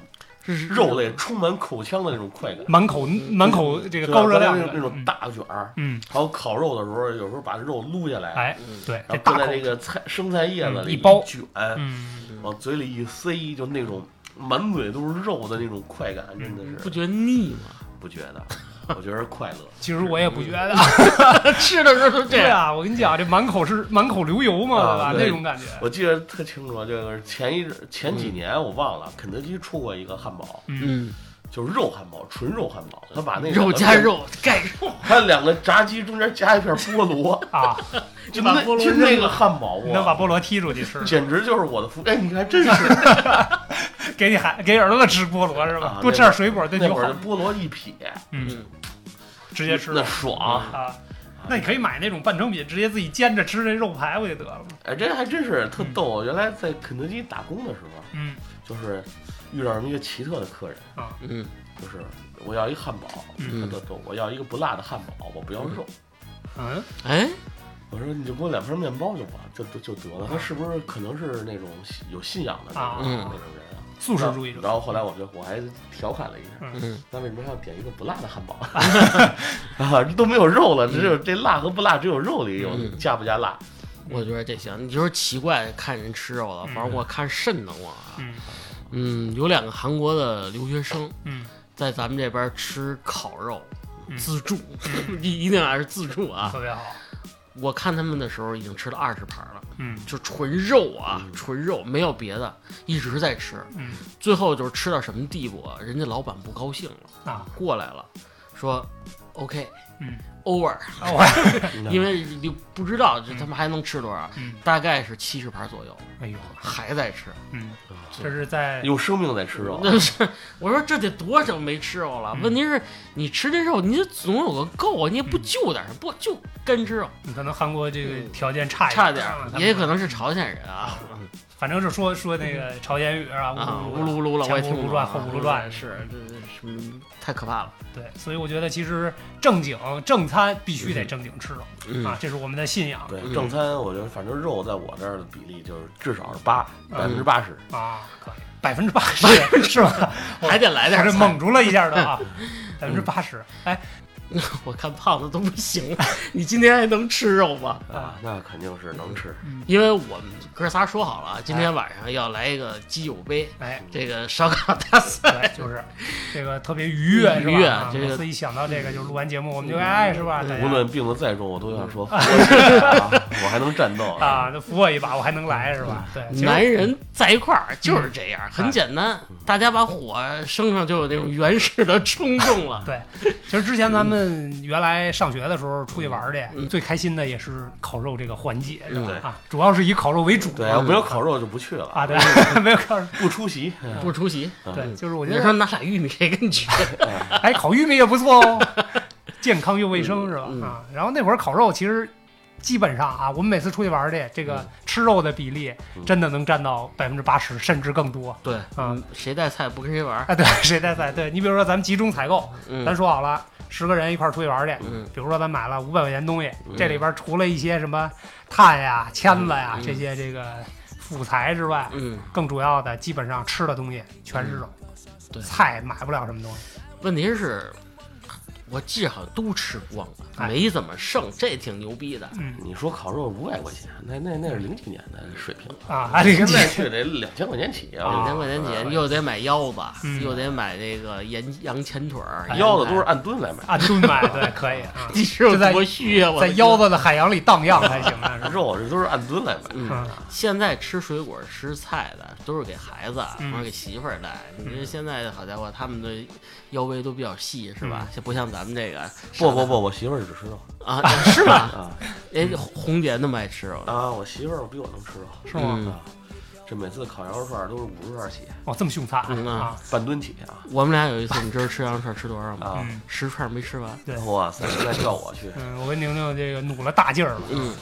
Speaker 3: 是
Speaker 1: 肉类充满口腔的那种快感，
Speaker 2: 满口满口这
Speaker 1: 嗯
Speaker 2: 个
Speaker 1: 对吧啊
Speaker 2: 高热量
Speaker 1: 刚
Speaker 2: 的
Speaker 1: 才那种那种，大卷儿，
Speaker 2: 嗯，
Speaker 1: 还有烤肉的时候，有时候把肉撸下来，
Speaker 2: 哎，
Speaker 3: 嗯
Speaker 2: 对，这
Speaker 1: 然后
Speaker 2: 大
Speaker 1: 搁在
Speaker 2: 口
Speaker 1: 那，个菜生菜叶子
Speaker 2: 嗯
Speaker 1: 里
Speaker 2: 一包
Speaker 1: 卷，
Speaker 2: 嗯，
Speaker 1: 往嘴里一塞，就那种满嘴都是肉的那种快感，真的
Speaker 2: 嗯
Speaker 3: 不
Speaker 1: 是
Speaker 3: 觉得腻吗？
Speaker 1: 不觉得。我觉得是快乐。
Speaker 2: 其实我也不觉
Speaker 1: 嗯
Speaker 2: 得。啊
Speaker 3: 啊吃的时候都这
Speaker 2: 对
Speaker 3: 样。
Speaker 2: 啊，我跟你讲，这满口是满口流油嘛，
Speaker 1: 啊
Speaker 2: 对吧？
Speaker 1: 对
Speaker 2: 那种感觉。
Speaker 1: 我记得特清楚，就是前一阵前
Speaker 2: 嗯
Speaker 1: 几年我忘了，肯德基出过一个汉堡，
Speaker 3: 嗯，
Speaker 1: 就是肉汉堡，纯肉汉堡，他把那个
Speaker 3: 肉加，肉盖肉，
Speaker 1: 他两个炸鸡中间加一片菠 萝，
Speaker 2: 啊，
Speaker 1: 就
Speaker 2: 把
Speaker 1: 那
Speaker 2: 菠萝
Speaker 1: 就
Speaker 2: 扔
Speaker 1: 那
Speaker 2: 了
Speaker 1: 个汉堡，
Speaker 2: 你能把
Speaker 1: 哇，
Speaker 2: 菠萝踢出 去吃，
Speaker 1: 简直就是我的福！哎，你还真是
Speaker 2: 给你孩给儿子吃菠萝是吧
Speaker 1: 啊？
Speaker 2: 多吃点水果 对你
Speaker 1: 那
Speaker 2: 有
Speaker 1: 会
Speaker 2: 好
Speaker 1: 儿，菠萝一撇，
Speaker 2: 嗯，
Speaker 3: 嗯，
Speaker 2: 直接吃
Speaker 1: 那爽！
Speaker 2: 啊。那你可以买那种半成品，直接自己煎着吃那肉排不就得了吗？
Speaker 1: 哎，这还真是特
Speaker 2: 嗯
Speaker 1: 逗。我原来在肯德基打工的时候，
Speaker 2: 嗯
Speaker 1: 就是遇到这么一个奇特的客人，
Speaker 3: 嗯，
Speaker 1: 就是我要一汉堡，
Speaker 2: 嗯
Speaker 1: 他特逗，我要一个不辣的汉堡，我不要肉。
Speaker 2: 嗯，
Speaker 3: 哎，
Speaker 1: 我说你就给我两份面包就完，就就就得了。他是不是可能是那种信有信仰的那
Speaker 2: 啊
Speaker 1: 种、
Speaker 3: 嗯
Speaker 1: 那种人啊？
Speaker 2: 素食主义者
Speaker 1: 然后后来我就我还调侃了一下，
Speaker 3: 嗯，
Speaker 1: 那为什么要点一个不辣的汉 堡？啊，都没有肉了，只有
Speaker 2: 嗯
Speaker 1: 这辣和不辣，只有肉里有、
Speaker 3: 嗯
Speaker 1: 加不加辣。
Speaker 3: 我觉得这行。你就说奇怪，看人吃肉了，反正
Speaker 2: 嗯
Speaker 3: 我看瘆得慌啊。
Speaker 2: 嗯
Speaker 3: 嗯，有两个韩国的留学生
Speaker 2: 嗯
Speaker 3: 在咱们这边吃烤肉，
Speaker 2: 嗯
Speaker 3: 自助， 一一定还是自助啊。
Speaker 2: 特别好，
Speaker 3: 我看他们的时候已经吃了二十盘了，
Speaker 2: 嗯
Speaker 3: 就纯肉啊
Speaker 1: 嗯，
Speaker 3: 纯肉，没有别的，一直在吃。
Speaker 2: 嗯
Speaker 3: 最后就是吃到什么地步啊，人家老板不高兴了，
Speaker 2: 啊
Speaker 3: 过来了，说，OK，
Speaker 2: 嗯，
Speaker 3: over，
Speaker 2: 啊 我
Speaker 3: 因为你不知道这他们还能吃多少，
Speaker 2: 嗯
Speaker 3: 大概是七十盘左右，
Speaker 2: 哎呦
Speaker 3: 还在吃。
Speaker 2: 嗯，这是在
Speaker 1: 有生命在吃肉，
Speaker 3: 那是我说这得多久没吃肉了？
Speaker 2: 嗯
Speaker 3: 问题是你吃这肉，你总有个够啊，你也不就点什么，不就干吃肉，
Speaker 2: 你可能韩国这个条件差一
Speaker 3: 嗯差点
Speaker 2: 点
Speaker 3: 儿
Speaker 2: 啊，他们
Speaker 3: 也可能是朝鲜人啊，
Speaker 2: 反正是说说那个朝鲜语啊，
Speaker 3: 啊，
Speaker 2: 乌
Speaker 3: 乌噜
Speaker 2: 噜
Speaker 3: 乌噜了，
Speaker 2: 前
Speaker 3: 我也
Speaker 2: 不
Speaker 3: 听不
Speaker 2: 如
Speaker 3: 懂啊
Speaker 2: 乱后不如乱
Speaker 3: 是这这什么太可怕了，
Speaker 2: 对，所以我觉得其实正经正餐必须得正经吃肉
Speaker 3: 嗯
Speaker 2: 啊，这是我们的信仰
Speaker 1: 对
Speaker 3: 嗯
Speaker 1: 正餐，我觉得反正肉在我这儿的比例就是至少是八百分之八十。
Speaker 2: 啊，可以百分之八十是吧？我
Speaker 3: 还得来
Speaker 2: 嗯
Speaker 3: 点
Speaker 2: 还是
Speaker 3: 儿菜。
Speaker 2: 蒙住了一下的啊，百分之八十，哎，
Speaker 3: 我看胖子都不行了，你今天还能吃肉吗？
Speaker 1: 啊，那肯定是能吃。
Speaker 2: 嗯
Speaker 3: 因为我们哥仨说好了啊，今天晚上要来一个鸡酒杯，
Speaker 2: 哎，
Speaker 3: 这个烧烤大赛。
Speaker 2: 对，就是这个特别愉悦，是吧？
Speaker 3: 愉悦
Speaker 2: 啊
Speaker 3: 这个
Speaker 2: 每次一想到这个，就录完节目我们就哎，是吧？大
Speaker 1: 无
Speaker 2: 家
Speaker 1: 论病得再重，我都想说，啊 我还能战斗。
Speaker 2: 啊，那扶我一把，我还能来，是吧？对，其实
Speaker 3: 男人嗯在一块儿
Speaker 2: 嗯
Speaker 3: 就是这样，很简单，大家把火升上就有那种原始的冲动了。
Speaker 2: 对，其实之前咱们原来上学的时候出去玩儿去，
Speaker 3: 嗯
Speaker 2: 最开心的也是烤肉这个环节，是吧
Speaker 1: 嗯
Speaker 2: 啊，主要是以烤肉为主
Speaker 1: 对，要没有烤肉就不去了，
Speaker 2: 啊，对， 没有烤肉，
Speaker 1: 不出席。
Speaker 3: 不出席，
Speaker 2: 对，就是我
Speaker 3: 我
Speaker 2: 觉
Speaker 3: 说
Speaker 2: 得
Speaker 3: 拿俩玉米谁跟你去？
Speaker 2: 哎，烤玉米也不错哦，健康又卫生是吧
Speaker 3: 嗯？
Speaker 2: 啊，然后那会儿烤肉其实。基本上啊，我们每次出去玩儿去，这
Speaker 3: 嗯
Speaker 2: 个吃肉的比例
Speaker 1: 嗯
Speaker 2: 真的能占到百分之八十，甚至更多。啊
Speaker 3: 对，嗯，谁带菜不跟谁玩。
Speaker 2: 啊，对， 谁带菜？对你比如说咱们集中采购，咱
Speaker 3: 嗯
Speaker 2: 说好了，十个人一块儿出去玩儿去。
Speaker 3: 嗯
Speaker 2: 比如说咱买了五百块钱东西，这里边除了一些什么碳呀、签子呀
Speaker 3: 嗯
Speaker 2: 这些这个辅材之外，
Speaker 3: 嗯，
Speaker 2: 更主要的基本上吃的东西全是肉，
Speaker 3: 对
Speaker 2: 菜买不了什么东西。
Speaker 3: 问题是，我记着好像都吃光了，
Speaker 2: 哎
Speaker 3: 没怎么剩，这挺牛逼的。
Speaker 2: 嗯
Speaker 1: 你说烤肉五百块钱，那那那是零几年的水平，
Speaker 3: 嗯
Speaker 2: 啊，还得
Speaker 1: 现
Speaker 2: 跟
Speaker 1: 在去得两千块钱起啊。
Speaker 3: 两千块钱
Speaker 1: 啊
Speaker 3: 姐又得买腰子，
Speaker 2: 嗯
Speaker 3: 又得买那个羊羊前腿儿，
Speaker 2: 啊
Speaker 1: 腰子都是
Speaker 2: 哎
Speaker 3: 羊，
Speaker 1: 按吨来买，
Speaker 2: 按吨啊买，对，可以 啊
Speaker 3: 你是有多虚啊！我
Speaker 2: 在
Speaker 3: 的
Speaker 2: 腰
Speaker 3: 天，
Speaker 2: 子的海洋里荡漾才行啊呢，是吧？
Speaker 1: 肉这都是按吨来买。
Speaker 3: 嗯，
Speaker 2: 哎嗯
Speaker 3: 现在吃水果吃菜的都是给孩子
Speaker 2: 嗯
Speaker 3: 或者给媳妇儿带。
Speaker 1: 嗯
Speaker 3: 你说现在好家伙，他们的腰围都比较细，是吧？就不像咱们这个
Speaker 1: 嗯不不不，我媳妇儿只吃肉
Speaker 3: 啊， 是吗？
Speaker 1: 啊
Speaker 3: 哎，红姐那么爱吃肉，
Speaker 1: 啊！我媳妇儿比我能吃肉，
Speaker 2: 是吗？
Speaker 3: 嗯
Speaker 1: 啊，这每次烤羊肉串儿都是五十串儿起，
Speaker 2: 哦，这么凶残
Speaker 3: 嗯
Speaker 2: 啊
Speaker 3: 啊！
Speaker 1: 半吨起啊
Speaker 3: 我们俩有一次，你知道吃羊肉串吃多少吗？
Speaker 1: 啊！
Speaker 2: 嗯
Speaker 3: 十串没吃完。
Speaker 2: 对
Speaker 1: 哇塞，那叫我去，
Speaker 2: 嗯，我跟宁宁这个努了大劲儿了，
Speaker 3: 嗯，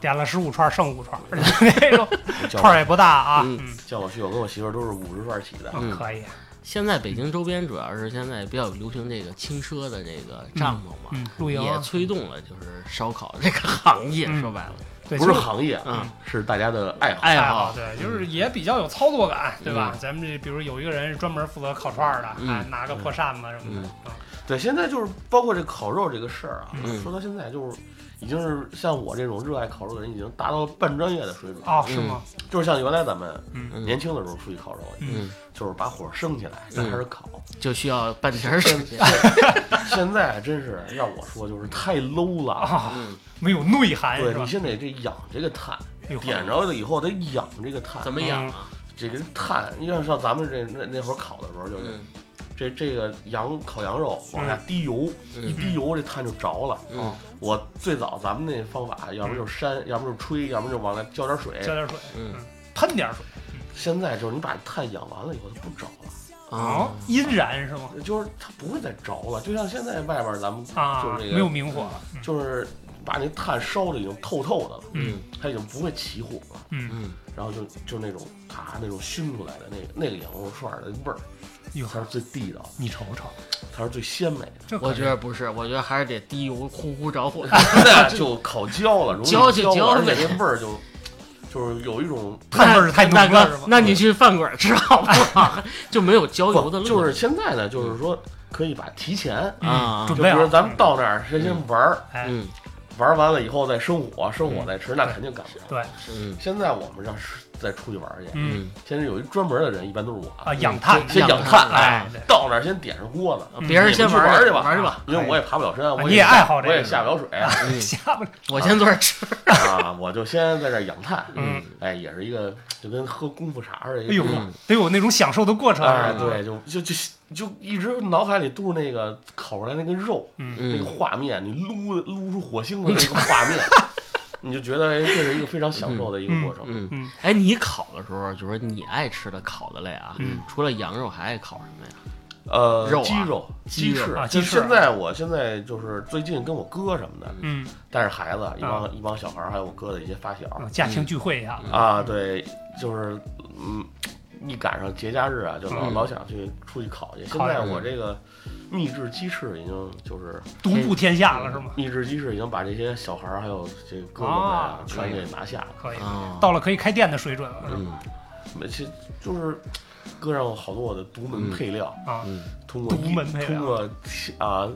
Speaker 2: 点了十五串，剩五串， 那 种
Speaker 1: 叫
Speaker 2: 串儿
Speaker 1: 我
Speaker 2: 也不大啊，
Speaker 3: 嗯
Speaker 2: 嗯，
Speaker 1: 叫我去，我跟我媳妇儿都是五十串儿起的。
Speaker 3: 嗯
Speaker 2: 可以，
Speaker 3: 现在北京周边主要是现在比较流行这个轻奢的这个帐篷嘛，
Speaker 2: 嗯，露营
Speaker 3: 也
Speaker 2: 啊
Speaker 3: 催动了就是烧烤这个行业。
Speaker 2: 嗯
Speaker 3: 说白了，
Speaker 2: 对，
Speaker 1: 不是啊
Speaker 2: 就
Speaker 1: 行业，啊
Speaker 3: 嗯，
Speaker 1: 是大家的爱好。
Speaker 3: 爱
Speaker 2: 爱
Speaker 3: 好，
Speaker 2: 对，就是也比较有操作感，对吧？
Speaker 3: 嗯
Speaker 2: 咱们这比如有一个人是专门负责烤串儿的，
Speaker 3: 嗯
Speaker 2: 还拿个破扇子什么的，
Speaker 1: 对，现在就是包括这烤肉这个事儿啊，
Speaker 3: 嗯
Speaker 1: 说到现在就是已经是像我这种热爱烤肉的人，已经达到半专业的水准。
Speaker 2: 哦，是吗？
Speaker 1: 就是像原来咱们
Speaker 2: 嗯
Speaker 1: 年轻的时候出去烤肉，
Speaker 3: 嗯，
Speaker 1: 就是把火升起来再开始烤。
Speaker 3: 就需要半截儿时间。
Speaker 1: 现在真是要我说就是太 low 了。
Speaker 2: 啊，
Speaker 3: 嗯，
Speaker 2: 没有内涵
Speaker 1: 对
Speaker 2: 哎是
Speaker 1: 你
Speaker 2: 吧？
Speaker 1: 先得这养这个碳，
Speaker 2: 哎呦
Speaker 1: 点着了以后得养这个碳
Speaker 3: 怎。么养啊？
Speaker 1: 这个碳，你像上咱们这那那会儿烤的时候，就是
Speaker 3: 嗯
Speaker 1: 这这个羊烤羊肉往下滴油，一
Speaker 3: 嗯
Speaker 1: 滴油这碳就着了。
Speaker 3: 嗯
Speaker 1: 我最早咱们那方法，要不就是扇，要不就是吹，要不就往那浇点水。
Speaker 2: 浇点水，
Speaker 3: 嗯
Speaker 2: 喷点水，
Speaker 1: 现在就是你把碳养完了以后，它不着了，
Speaker 2: 哦
Speaker 3: 啊，，
Speaker 2: 阴燃是吗？
Speaker 1: 就是它不会再着了。就像现在外边咱们
Speaker 2: 啊，
Speaker 1: 就是这个嗯
Speaker 2: 没有明火了，
Speaker 1: 就是把那炭烧的已经透透的了，
Speaker 3: 嗯
Speaker 1: 它已经不会起火了。
Speaker 2: 嗯，
Speaker 3: 嗯
Speaker 1: 然后就就那种咔那种熏出来的那个那个羊肉串儿的味儿，
Speaker 2: 哟
Speaker 1: 才是最地道的，
Speaker 2: 你瞅瞅，
Speaker 1: 才是最鲜美的。
Speaker 2: 这可
Speaker 3: 我觉得不是，我觉得还是得滴油呼呼着 火。
Speaker 1: 那就烤焦了，容易
Speaker 3: 焦就
Speaker 1: 焦
Speaker 3: 焦
Speaker 1: 了，而且
Speaker 3: 呗
Speaker 1: 那味儿就就是有一种
Speaker 2: 碳味儿太
Speaker 3: 大
Speaker 2: 浓了是
Speaker 3: 哥
Speaker 2: 吧，？
Speaker 3: 那你去饭馆吃好不好？ 就没有浇油的乐趣。
Speaker 1: 就是现在呢，就是说可以把提前，
Speaker 2: 嗯
Speaker 3: 啊
Speaker 1: 就
Speaker 2: 准
Speaker 1: 比
Speaker 2: 备
Speaker 1: 如说
Speaker 2: 好，
Speaker 1: 咱们到那儿先先玩儿，
Speaker 2: 哎，
Speaker 3: 嗯
Speaker 1: 玩完了以后再生火，生
Speaker 2: 嗯
Speaker 1: 火再吃，那肯定赶不上。
Speaker 2: 对，
Speaker 3: 嗯
Speaker 1: 现在我们让再出去玩儿去，
Speaker 2: 嗯
Speaker 3: 嗯，
Speaker 1: 现在有一专门的人，一般都是我
Speaker 2: 啊，养碳，
Speaker 1: 先养
Speaker 3: 碳
Speaker 1: 碳，
Speaker 2: 哎
Speaker 1: 哎，，
Speaker 2: 对
Speaker 1: 到那儿先点上锅子，
Speaker 3: 啊别人
Speaker 1: 你们
Speaker 3: 先
Speaker 1: 去
Speaker 3: 玩
Speaker 1: 玩
Speaker 3: 儿
Speaker 1: 儿去吧
Speaker 3: 玩儿去吧。
Speaker 1: 因为我也爬不了山，我
Speaker 2: 哎你也爱好这个
Speaker 1: 我也下不了水
Speaker 3: 嗯
Speaker 2: 下不了，
Speaker 3: 我先坐这儿吃。
Speaker 1: 啊，我就先在这儿养碳。
Speaker 2: 嗯，
Speaker 1: 哎，也是一个就跟喝功夫茶似的。
Speaker 2: 哎呦
Speaker 3: 嗯，
Speaker 2: 得有那种享受的过 程，啊
Speaker 1: 哎，
Speaker 2: 是吧，
Speaker 1: 对，就就就就一直脑海里都是那个烤出来那个肉
Speaker 2: 嗯，
Speaker 1: 那个
Speaker 3: 嗯
Speaker 1: 画面，你撸撸出火星的那个画面，你就觉得哎，这是一个非常享受的一个过程。
Speaker 3: 嗯
Speaker 2: 嗯，
Speaker 3: 哎，你烤的时候，就说你爱吃的烤的类啊
Speaker 2: 嗯，
Speaker 3: 除了羊肉还爱烤什么呀？
Speaker 1: 呃，
Speaker 3: 肉啊
Speaker 1: 鸡肉、
Speaker 3: 鸡
Speaker 1: 鸡
Speaker 3: 肉
Speaker 1: 翅
Speaker 2: 啊
Speaker 1: 就
Speaker 2: 鸡翅
Speaker 1: 现在我现在就是最近跟我哥什么的，
Speaker 2: 嗯，
Speaker 1: 带着孩子，一帮一帮小孩儿，还有我哥的一些发小，
Speaker 2: 嗯家庭聚会一下子，
Speaker 1: 啊，对，就是嗯，一赶上节假日啊，就老、
Speaker 3: 嗯
Speaker 1: 老想去出去烤去。现
Speaker 2: 烤
Speaker 1: 在
Speaker 2: 点
Speaker 3: 儿
Speaker 1: 我这个秘制鸡翅已经就是
Speaker 2: 独步天下了是吗？
Speaker 1: 秘制鸡翅已经把这些小孩儿还有这哥哥们
Speaker 2: 啊
Speaker 1: 啊全
Speaker 3: 可以
Speaker 1: 给拿下了。
Speaker 2: 可以，
Speaker 3: 啊，
Speaker 2: 到了可以开店的水准了，是吧？
Speaker 3: 嗯
Speaker 1: 没其实就是搁上好多我的独门
Speaker 3: 嗯
Speaker 1: 配料，
Speaker 2: 啊，
Speaker 1: 通过
Speaker 2: 独
Speaker 1: 一
Speaker 2: 门配料
Speaker 1: 通过啊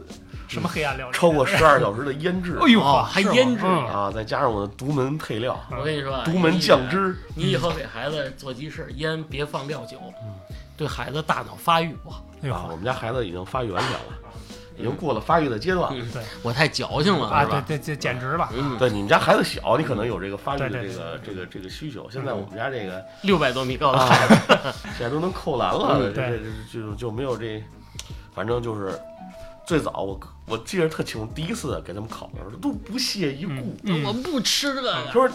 Speaker 2: 什么黑暗料理？
Speaker 1: 超过十二小时的腌制、
Speaker 2: 哎呦，
Speaker 3: 嗯哦
Speaker 2: 呵
Speaker 3: 还
Speaker 2: 是吗
Speaker 3: 腌制
Speaker 2: 嗯
Speaker 1: 啊，再加上我的独门配料、
Speaker 2: 嗯
Speaker 3: 我跟你说啊，
Speaker 1: 独门酱汁，
Speaker 3: 你以后给孩子做鸡翅，烟别放料酒，对孩子大脑发育不好。
Speaker 2: 哎呦
Speaker 1: 啊，我们家孩子已经发育完全了，已经过了发育的阶段了。
Speaker 3: 嗯
Speaker 2: 对
Speaker 3: 我太矫情了，
Speaker 2: 啊，
Speaker 3: 是
Speaker 2: 对
Speaker 3: 吧？
Speaker 2: 对对，简直吧，
Speaker 3: 嗯，
Speaker 1: 对，你们家孩子小，你可能有这个发育的
Speaker 2: 对对嗯
Speaker 1: 这个这个这个需求。现在我们家这个
Speaker 3: 六百多米高的
Speaker 1: 啊
Speaker 3: 孩子，，
Speaker 1: 现在都能扣篮了，
Speaker 2: 嗯
Speaker 1: 这
Speaker 2: 对
Speaker 1: 这这就就没有这，反正就是最早我我记得特清楚，第一次给他们烤的时候都不屑一顾，
Speaker 3: 我
Speaker 2: 嗯
Speaker 3: 不吃这个。
Speaker 1: 他说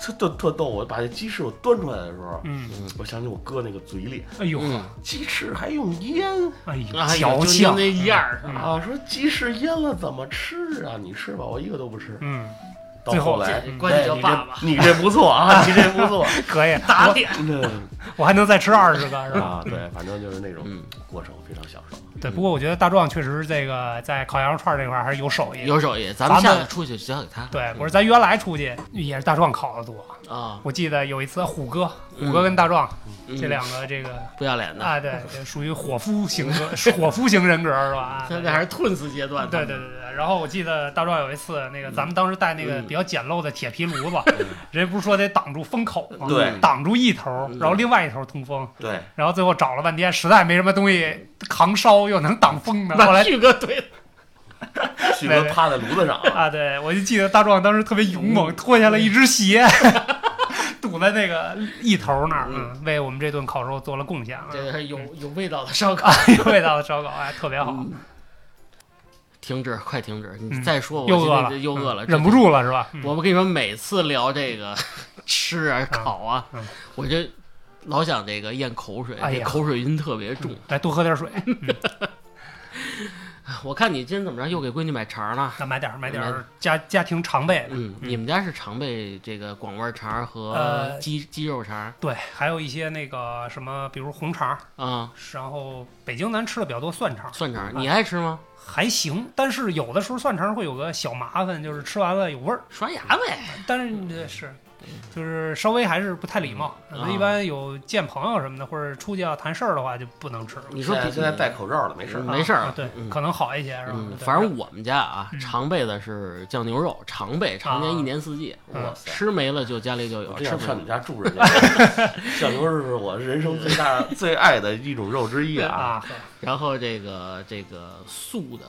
Speaker 1: 特特特逗，我把这鸡翅我端出来的时候，
Speaker 2: 嗯，
Speaker 1: 我想起我哥那个嘴脸，
Speaker 2: 哎呦，
Speaker 3: 嗯
Speaker 1: 鸡翅还用腌
Speaker 2: 哎呦，
Speaker 3: 哎呦
Speaker 2: 矫
Speaker 3: 就
Speaker 2: 情
Speaker 3: 就那样儿
Speaker 2: 嗯
Speaker 3: 是吧？
Speaker 1: 啊？说鸡翅腌了怎么吃啊？你吃吧，我一个都不吃。
Speaker 2: 嗯，
Speaker 1: 到
Speaker 2: 最后
Speaker 1: 后来，
Speaker 3: 这关系
Speaker 1: 哎
Speaker 3: 叫爸爸，
Speaker 1: 你这你这不错啊，你这 不错。
Speaker 2: 可以，
Speaker 3: 打脸。
Speaker 1: 嗯
Speaker 2: 我还能再吃二十个是吧？
Speaker 1: 啊，对，反正就是那种
Speaker 3: 嗯
Speaker 1: 过程非常享受。
Speaker 2: 对，不过我觉得大壮确实这个在烤羊肉串这块儿还是有手艺。
Speaker 3: 有手艺，咱们下
Speaker 2: 咱
Speaker 3: 次
Speaker 2: 们
Speaker 3: 出去交给他。
Speaker 2: 对，不是咱原来出去也是大壮烤的多，
Speaker 3: 啊，
Speaker 2: 我记得有一次虎哥，
Speaker 3: 嗯
Speaker 2: 虎哥跟大壮
Speaker 3: 嗯
Speaker 2: 这两个这个
Speaker 3: 不要脸的，
Speaker 2: 啊，对，这属于火夫型格，火夫型人格是吧？啊
Speaker 3: 现在还是吞噬阶段。
Speaker 2: 对对对对，然后我记得大壮有一次，那个咱们当时带那个
Speaker 3: 嗯
Speaker 2: 比较简陋的铁皮炉子，人家不是说得挡住风口吗？
Speaker 1: 对
Speaker 2: 挡住一头，
Speaker 3: 嗯
Speaker 2: 然后另外一头通风，
Speaker 1: 对，
Speaker 2: 然后最后找了半天，实在没什么东西扛烧又能挡风的，后
Speaker 3: 那
Speaker 2: 来
Speaker 3: 旭哥对了，
Speaker 1: 旭
Speaker 2: 对
Speaker 1: 哥
Speaker 2: 对
Speaker 1: 趴在炉子上啊，
Speaker 2: 啊，对我就记得大壮当时特别勇猛，
Speaker 3: 嗯
Speaker 2: 脱下了一只鞋， 堵在那个一头那儿，
Speaker 3: 嗯
Speaker 2: 嗯，为我们这顿烤肉做了贡献啊，
Speaker 3: 这是有有味道的烧烤。
Speaker 2: 有 味道的烧烤，哎，特别好，
Speaker 3: 嗯停止，快停止！你
Speaker 2: 嗯
Speaker 3: 再说我
Speaker 2: 又饿
Speaker 3: 今
Speaker 2: 了，
Speaker 3: 天又饿了，
Speaker 2: 嗯忍不住了是吧？嗯
Speaker 3: 我们跟你说，每次聊这 个吃啊、烤啊，
Speaker 2: 嗯
Speaker 3: 我就老想这个咽口水，
Speaker 2: 哎呀
Speaker 3: 这口水晕特别重。
Speaker 2: 嗯来多喝点水，嗯
Speaker 3: 我看你今天怎么着，又给闺女买肠了。
Speaker 2: 那买点儿买点
Speaker 3: 嗯
Speaker 2: 儿家家庭常备的，
Speaker 3: 嗯，
Speaker 2: 嗯
Speaker 3: 你们家是常备这个广味肠和
Speaker 2: 呃
Speaker 3: 鸡、鸡肉肠
Speaker 2: 对，还有一些那个什么，比如红肠儿，
Speaker 3: 啊、
Speaker 2: 然后北京咱吃的比较多蒜肠儿，
Speaker 3: 蒜肠，你爱吃吗？
Speaker 2: 还行，但是有的时候蒜肠儿会有个小麻烦，就是吃完了有味儿，
Speaker 3: 刷牙呗。
Speaker 2: 但是呃是就是稍微还是不太礼貌。可能一般有见朋友什么的，或者出去要谈事儿的话，就不能吃。
Speaker 3: 你说
Speaker 1: 现在
Speaker 3: 比
Speaker 1: 现在戴口罩了，没事儿。
Speaker 3: 没事儿
Speaker 2: 啊对
Speaker 3: 嗯，
Speaker 2: 可能好一些是吧
Speaker 3: 嗯，？
Speaker 2: 对
Speaker 3: 反正我们家啊，
Speaker 2: 嗯啊
Speaker 3: 常备的是酱牛肉，常备，常年一年四季。
Speaker 2: 嗯
Speaker 3: 我吃没了就家里就有，
Speaker 1: 我真
Speaker 3: 吃
Speaker 1: 想
Speaker 3: 不
Speaker 1: 上你们
Speaker 3: 了
Speaker 1: 家住人家， 小牛是我人生最 大最爱的一种肉之一啊，
Speaker 2: 啊，呵
Speaker 3: 然后这个这个素的，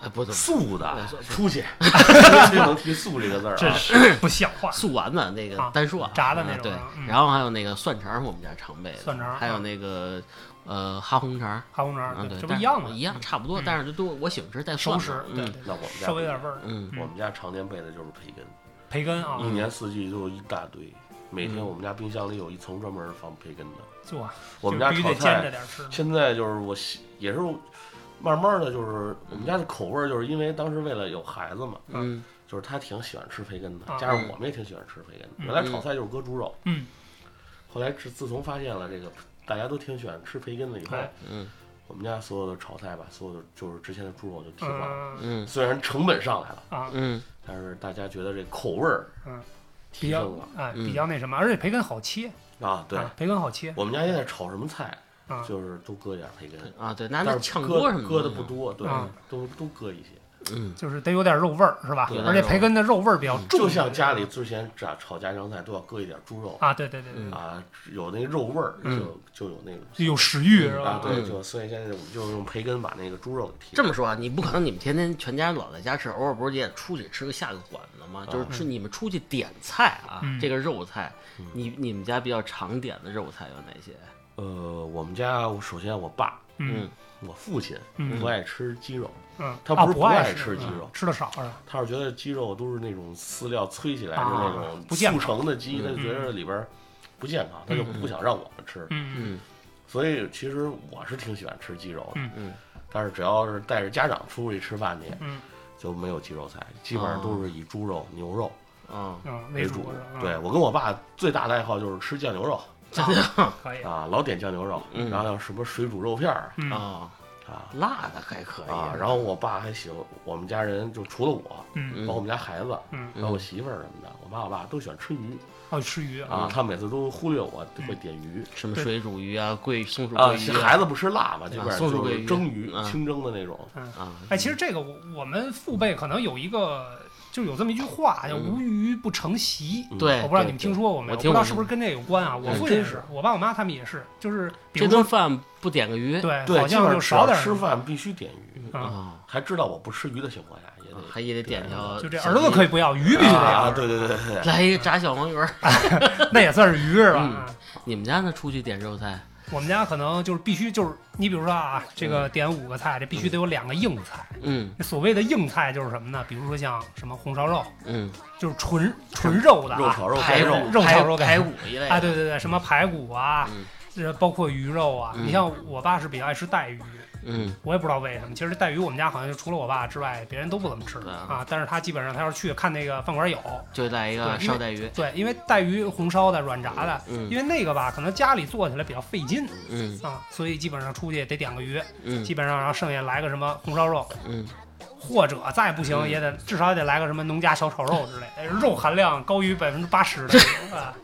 Speaker 3: 哎，不对，
Speaker 1: 素的
Speaker 3: 我说，
Speaker 1: 出 去，不能提素这个字儿
Speaker 2: 这
Speaker 1: 啊。
Speaker 2: 是不像话。
Speaker 3: 素丸子那个
Speaker 2: 啊
Speaker 3: 单说啊
Speaker 2: 炸的那
Speaker 3: 啊
Speaker 2: 种
Speaker 3: 对
Speaker 2: 啊嗯，
Speaker 3: 然后还有那个蒜肠，我们家常备的，
Speaker 2: 蒜肠
Speaker 3: 还有
Speaker 2: 啊
Speaker 3: 那个呃哈红肠
Speaker 2: 哈红肠
Speaker 3: 啊，
Speaker 2: 儿，
Speaker 3: 对，
Speaker 2: 这不
Speaker 3: 但
Speaker 2: 一
Speaker 3: 是
Speaker 2: 样吗？
Speaker 3: 一样，差不多
Speaker 2: 嗯，
Speaker 3: 但是就都我喜欢吃带蒜
Speaker 2: 熟
Speaker 3: 嘛
Speaker 2: 食，对
Speaker 3: 嗯
Speaker 2: 对，
Speaker 1: 那我们家
Speaker 2: 稍微有点味儿。
Speaker 3: 嗯，
Speaker 1: 我们家常年备的就是培根，
Speaker 2: 培根啊，
Speaker 1: 一年四季就一大堆。每天
Speaker 3: 嗯
Speaker 1: 我们家冰箱里有一层专门放培根的。
Speaker 2: 就啊，
Speaker 1: 我们
Speaker 2: 就
Speaker 1: 家
Speaker 2: 必须
Speaker 1: 炒
Speaker 2: 得煎着
Speaker 1: 菜
Speaker 2: 点儿吃。
Speaker 1: 现在就是我喜也是慢慢的就是我们家的口味，儿，就是因为当时为了有孩子嘛，
Speaker 3: 嗯
Speaker 1: 就是他挺喜欢吃培根的，
Speaker 2: 啊
Speaker 1: 加上我们也挺喜欢吃培根的。
Speaker 2: 嗯
Speaker 1: 原来炒菜就是搁猪肉，
Speaker 2: 嗯，
Speaker 1: 后来自自从发现了这个大家都挺喜欢吃培根的以后，
Speaker 2: 哎
Speaker 3: 嗯
Speaker 1: 我们家所有的炒菜吧，所有的就是之前的猪肉就替换了。
Speaker 2: 嗯
Speaker 3: 嗯
Speaker 1: 虽然成本上来了，
Speaker 2: 啊，
Speaker 3: 嗯，
Speaker 1: 但是大家觉得这口味儿
Speaker 2: 嗯
Speaker 1: 提升了
Speaker 2: 哎，
Speaker 3: 嗯
Speaker 2: 比较那什么，而且培根好切，
Speaker 1: 啊。对，
Speaker 2: 啊，培根好切
Speaker 1: 我们家现在炒什么菜，
Speaker 2: 啊，
Speaker 1: 就是都搁一点培根，
Speaker 3: 啊对，拿那
Speaker 1: 但是
Speaker 3: 炝
Speaker 1: 搁
Speaker 3: 锅什么
Speaker 1: 搁的
Speaker 3: 的
Speaker 1: 不，多，对
Speaker 2: 啊，
Speaker 1: 都都搁一些。
Speaker 3: 嗯，
Speaker 2: 就是得有点肉味儿，是吧
Speaker 1: 对？
Speaker 2: 而且培根的肉味儿比较重，
Speaker 1: 嗯就像家里之前炸炒家常菜都要搁一点猪肉
Speaker 2: 啊，对对对对，
Speaker 1: 啊，有那个肉味儿，
Speaker 2: 嗯
Speaker 1: 就就有那个
Speaker 2: 就有食欲是
Speaker 1: 啊
Speaker 2: 吧，？
Speaker 1: 对，
Speaker 3: 嗯
Speaker 1: 就所以现在我们就用培根把那个猪肉给替
Speaker 3: 这么说啊，你不可能你们天天全家老在家吃，偶尔不是也出去吃个下个馆子吗？
Speaker 1: 啊
Speaker 3: 就是吃你们出去点菜啊，
Speaker 2: 嗯
Speaker 3: 这个肉菜，
Speaker 1: 嗯
Speaker 3: 你你们家比较常点的肉菜有哪些？
Speaker 1: 呃，我们家我首先我爸
Speaker 2: 嗯
Speaker 1: 我父亲
Speaker 2: 嗯
Speaker 1: 不爱吃鸡肉，
Speaker 2: 嗯，
Speaker 1: 他
Speaker 2: 啊
Speaker 1: 不是
Speaker 2: 不
Speaker 1: 不
Speaker 2: 爱
Speaker 1: 爱吃鸡肉
Speaker 2: 吃的少啊是吧？
Speaker 1: 他是觉得鸡肉都是那种饲料催起来的
Speaker 2: 啊
Speaker 1: 那种
Speaker 2: 不健
Speaker 1: 速
Speaker 2: 康嗯
Speaker 1: 成的鸡，他就觉得里边儿不健康，他就不想让我们吃。
Speaker 2: 嗯
Speaker 1: 所以其实我是挺喜欢吃鸡肉的，
Speaker 2: 嗯
Speaker 3: 嗯
Speaker 1: 但是只要是带着家长出去吃饭去，
Speaker 2: 嗯
Speaker 1: 就没有鸡肉菜，基本上都是以猪肉、牛肉
Speaker 3: 啊，
Speaker 2: 嗯，
Speaker 1: 为
Speaker 2: 主
Speaker 1: 主
Speaker 2: 是吧？。嗯
Speaker 1: 对，我跟我爸最大的爱好就是吃酱牛肉
Speaker 2: 啊可以
Speaker 1: 啊，老点酱牛肉，
Speaker 3: 嗯
Speaker 1: 然后还有什么水煮肉片儿
Speaker 2: 嗯
Speaker 3: 啊，
Speaker 1: 啊
Speaker 3: 辣的还可以
Speaker 1: 啊，然后我爸还喜欢我们家人，就除了我，
Speaker 2: 嗯
Speaker 1: 包括我们家孩子，
Speaker 2: 嗯，
Speaker 1: 还有我媳妇儿什么的，我妈我爸都喜欢吃鱼
Speaker 2: 还有哦吃鱼
Speaker 1: 啊，他们每次都忽略我
Speaker 2: 嗯
Speaker 1: 会点鱼
Speaker 3: 什么水煮鱼啊、桂松鼠
Speaker 1: 啊，
Speaker 3: 桂鱼啊
Speaker 1: 孩子不吃辣嘛，基本
Speaker 3: 啊
Speaker 1: 上
Speaker 3: 松鼠
Speaker 1: 就
Speaker 3: 桂
Speaker 1: 是
Speaker 3: 鱼
Speaker 1: 蒸鱼
Speaker 3: 啊、
Speaker 1: 清蒸的那种
Speaker 3: 啊，
Speaker 2: 哎，其实这个我我们父辈可能有一个，就有这么一句话叫“无鱼不成席”。
Speaker 1: 嗯
Speaker 3: 对，
Speaker 2: 我不知道你们
Speaker 3: 对
Speaker 2: 听说过没有？
Speaker 3: 我
Speaker 2: 不
Speaker 3: 听
Speaker 2: 知道
Speaker 3: 过
Speaker 2: 是不是跟这有关啊？我父亲也是，我爸我妈他们也是，就是比
Speaker 3: 这
Speaker 2: 如说
Speaker 3: 顿饭不点个鱼
Speaker 2: 对，
Speaker 1: 对，
Speaker 2: 好
Speaker 1: 基本
Speaker 2: 像
Speaker 1: 上
Speaker 2: 就
Speaker 1: 只
Speaker 2: 少
Speaker 1: 要
Speaker 2: 点儿
Speaker 1: 吃饭必须点鱼，
Speaker 2: 啊，
Speaker 3: 啊，
Speaker 1: 还知道我不吃鱼的情况下也得
Speaker 3: 还也得点条，
Speaker 2: 就这儿子可以不要，鱼必须
Speaker 1: 呃
Speaker 2: 得
Speaker 1: 啊，
Speaker 2: 要，
Speaker 1: 对对对对对，
Speaker 3: 来一个炸小黄鱼儿。
Speaker 2: 那也算是鱼是吧？
Speaker 3: 嗯
Speaker 2: 啊
Speaker 3: 你们家呢？出去点肉菜
Speaker 2: 我们家可能就是必须就是你比如说啊，
Speaker 1: 嗯
Speaker 2: 这个点五个菜，这必须得有两个硬菜。
Speaker 3: 嗯
Speaker 2: 所谓的硬菜就是什么呢？比如说像什么红烧肉，
Speaker 3: 嗯，
Speaker 2: 就是 纯纯肉的啊
Speaker 1: 肉炒肉
Speaker 3: 排
Speaker 1: 盖
Speaker 3: 骨
Speaker 1: 肉。
Speaker 2: 肉
Speaker 3: 排
Speaker 2: 炒肉
Speaker 3: 排
Speaker 2: 盖
Speaker 3: 骨一类
Speaker 2: 啊，对对对，什么排骨啊
Speaker 3: 嗯，
Speaker 2: 这包括鱼肉啊。
Speaker 3: 嗯
Speaker 2: 你像我爸是比较爱吃带鱼，
Speaker 3: 嗯
Speaker 2: 我也不知道为什么。其实带鱼我们家好像就除了我爸之外，别人都不怎么吃
Speaker 3: 对啊
Speaker 2: 啊。但是他基本上他要是去看那个饭馆有，
Speaker 3: 就来一个
Speaker 2: 对因为
Speaker 3: 烧带鱼，
Speaker 2: 对，因为带鱼红烧的、软炸的，
Speaker 3: 嗯
Speaker 2: 因为那个吧，可能家里做起来比较费劲
Speaker 3: 嗯
Speaker 2: 啊，所以基本上出去得点个鱼，
Speaker 3: 嗯
Speaker 2: 基本上然后剩下来个什么红烧肉，
Speaker 3: 嗯
Speaker 2: 或者再不行也得至少也得来个什么农家小炒肉之类， 哎肉含量高于百分之八十的啊，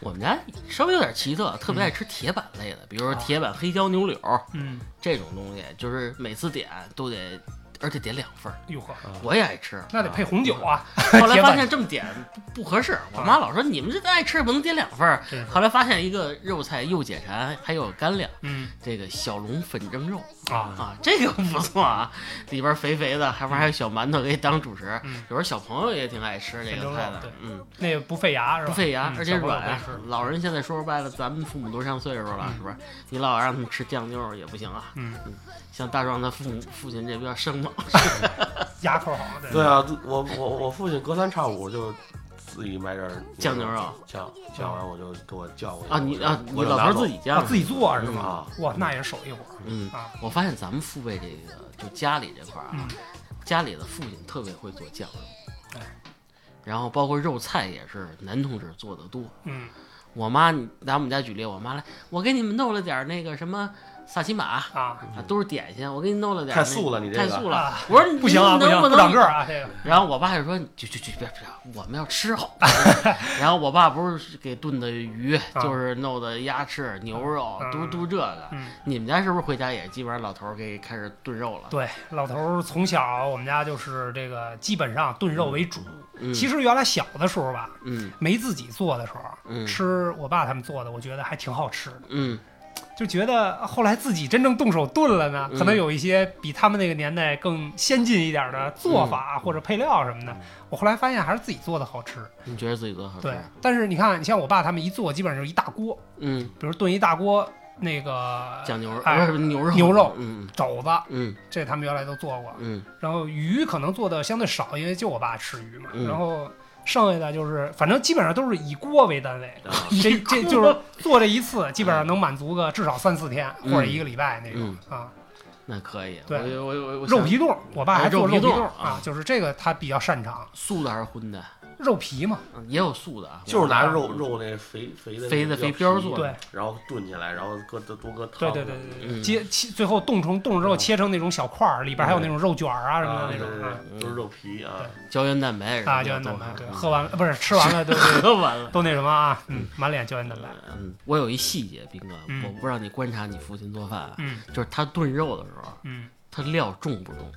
Speaker 3: 我们家稍微有点奇特，特别爱吃铁板类的，比如说
Speaker 2: 哦
Speaker 3: 铁板黑椒牛柳
Speaker 2: 嗯，
Speaker 3: 这种东西，就是每次点都得，而且点两份儿。
Speaker 2: 哟呵，
Speaker 3: 我也爱吃，
Speaker 2: 啊那得配红酒啊。
Speaker 3: 后来
Speaker 2: 铁板啊
Speaker 3: 发现这么点不合适，我妈老说你们这爱吃也不能点两份儿
Speaker 2: 真是。
Speaker 3: 后来发现一个肉菜又解馋，还有干粮，
Speaker 2: 嗯
Speaker 3: 这个小龙粉蒸肉
Speaker 2: 啊，
Speaker 3: 啊，这个不错啊，里边肥肥的，还不还有小馒头可以当主食。
Speaker 2: 嗯
Speaker 3: 有时候小朋友也挺爱吃这
Speaker 2: 粉蒸
Speaker 3: 个
Speaker 2: 肉
Speaker 3: 菜的
Speaker 2: 对，
Speaker 3: 嗯。
Speaker 2: 那个不费牙是吧？
Speaker 3: 不费牙
Speaker 2: 嗯，
Speaker 3: 而且软
Speaker 2: 小
Speaker 3: 啊
Speaker 2: 朋友不爱吃。
Speaker 3: 老人现在说白了，咱们父母都上岁数了，是不是？你老让他们吃酱牛肉也不行啊。
Speaker 2: 嗯，
Speaker 3: 像大壮他父母父亲这边生猛，
Speaker 2: 牙口好，
Speaker 1: 对，啊，
Speaker 3: 嗯
Speaker 1: 我我我父亲隔三差五就自己买点儿
Speaker 3: 酱牛肉，
Speaker 1: 酱酱完我就给我叫过去
Speaker 3: 啊，你啊，你
Speaker 1: 我就
Speaker 3: 老头
Speaker 1: 拿
Speaker 3: 儿
Speaker 1: 走
Speaker 3: 自己
Speaker 2: 啊
Speaker 3: 家
Speaker 2: 自己做是吗？
Speaker 1: 啊，
Speaker 2: 哇，那也是手艺活儿
Speaker 3: 嗯，
Speaker 2: 啊，
Speaker 3: 我发现咱们父辈这个就家里这块儿啊
Speaker 2: 嗯，
Speaker 3: 家里的父亲特别会做酱肉
Speaker 2: 哎，
Speaker 3: 然后包括肉菜也是男同志做的多。
Speaker 2: 嗯
Speaker 3: 我妈，你拿我们家举例，我妈来，我给你们弄了点儿那个什么萨琪玛啊，
Speaker 2: 啊
Speaker 3: 都是点心，我给你弄了点儿
Speaker 1: 太
Speaker 3: 那
Speaker 1: 素了你这
Speaker 3: 太
Speaker 1: 个
Speaker 3: 素了。
Speaker 2: 啊，
Speaker 3: 我说你
Speaker 2: 不行啊，
Speaker 3: 能
Speaker 2: 不行，
Speaker 3: 不
Speaker 2: 不
Speaker 3: 能
Speaker 2: 长个儿啊，这个
Speaker 3: 然后我爸就说：“你去去去，别别，我们要 吃好。”然后我爸不是给炖的鱼，
Speaker 2: 啊
Speaker 3: 就是弄的鸭翅、牛肉，
Speaker 2: 嗯
Speaker 3: 都是都是这个。
Speaker 2: 嗯
Speaker 3: 你们家是不是回家也基本上老头儿给开始炖肉了？
Speaker 2: 对，老头儿从小我们家就是这个，基本上炖肉为主。
Speaker 3: 嗯
Speaker 2: 其实原来小的时候吧，
Speaker 3: 嗯
Speaker 2: 没自己做的时候，
Speaker 3: 嗯
Speaker 2: 吃我爸他们做的，我觉得还挺好吃的。
Speaker 3: 嗯
Speaker 2: 就觉得后来自己真正动手炖了呢，
Speaker 3: 嗯
Speaker 2: 可能有一些比他们那个年代更先进一点的做
Speaker 3: 嗯
Speaker 2: 法啊或者配料什么的。我后来发现还是自己做的好吃。
Speaker 3: 你觉得自己做好吃啊
Speaker 2: 对？，但是你看，你像我爸他们一做，基本上就是一大锅，
Speaker 3: 嗯，
Speaker 2: 比如炖一大锅那个
Speaker 3: 酱牛肉
Speaker 2: 哎
Speaker 3: 不是牛肉
Speaker 2: 牛肉
Speaker 3: 嗯
Speaker 2: 肘子，
Speaker 3: 嗯
Speaker 2: 这他们原来都做过。
Speaker 3: 嗯
Speaker 2: 然后鱼可能做的相对少，因为就我爸吃鱼嘛。
Speaker 3: 嗯
Speaker 2: 然后剩下的就是，反正基本上都是以锅为单位，
Speaker 1: 啊
Speaker 2: 这这就是做这一次，基本上能满足个至少三四天
Speaker 3: 嗯
Speaker 2: 或者一个礼拜那种
Speaker 3: 嗯
Speaker 2: 啊。
Speaker 3: 嗯，那可以。
Speaker 2: 对
Speaker 3: 我我我我
Speaker 2: 肉
Speaker 3: 想
Speaker 2: 皮冻，我爸还做
Speaker 3: 肉皮
Speaker 2: 皮
Speaker 3: 冻
Speaker 2: 冻
Speaker 3: 啊
Speaker 2: 啊，就是这个他比较擅长，
Speaker 3: 素的还是荤的？
Speaker 2: 肉皮嘛，
Speaker 3: 嗯也有素的啊，
Speaker 1: 就是拿肉肉那肥肥的
Speaker 3: 肥的
Speaker 1: 的
Speaker 3: 肥膘做
Speaker 2: 对
Speaker 3: 的。
Speaker 1: 然后炖起来，然后搁多搁汤。
Speaker 2: 对对对对
Speaker 3: 嗯
Speaker 2: 对，切切最后冻成冻了之后
Speaker 1: 嗯
Speaker 2: 切成那种小块儿，里边还有那种肉卷儿啊什么
Speaker 1: 啊
Speaker 2: 的那
Speaker 1: 对
Speaker 2: 种
Speaker 1: 对
Speaker 2: 啊
Speaker 1: 对，都是肉皮啊。
Speaker 3: 胶原蛋白
Speaker 2: 啊，胶
Speaker 3: 胶
Speaker 2: 原蛋白，
Speaker 3: 嗯
Speaker 2: 对，喝完了不是吃完了都 都
Speaker 3: 喝完了。
Speaker 2: 都那什么啊，嗯，满脸胶原蛋白，
Speaker 3: 嗯，我有一细节，斌哥，
Speaker 2: 嗯
Speaker 3: 我不知道你观察你父亲做饭啊，
Speaker 2: 嗯
Speaker 3: 就是他炖肉的时候，
Speaker 2: 嗯，
Speaker 3: 他料重不重？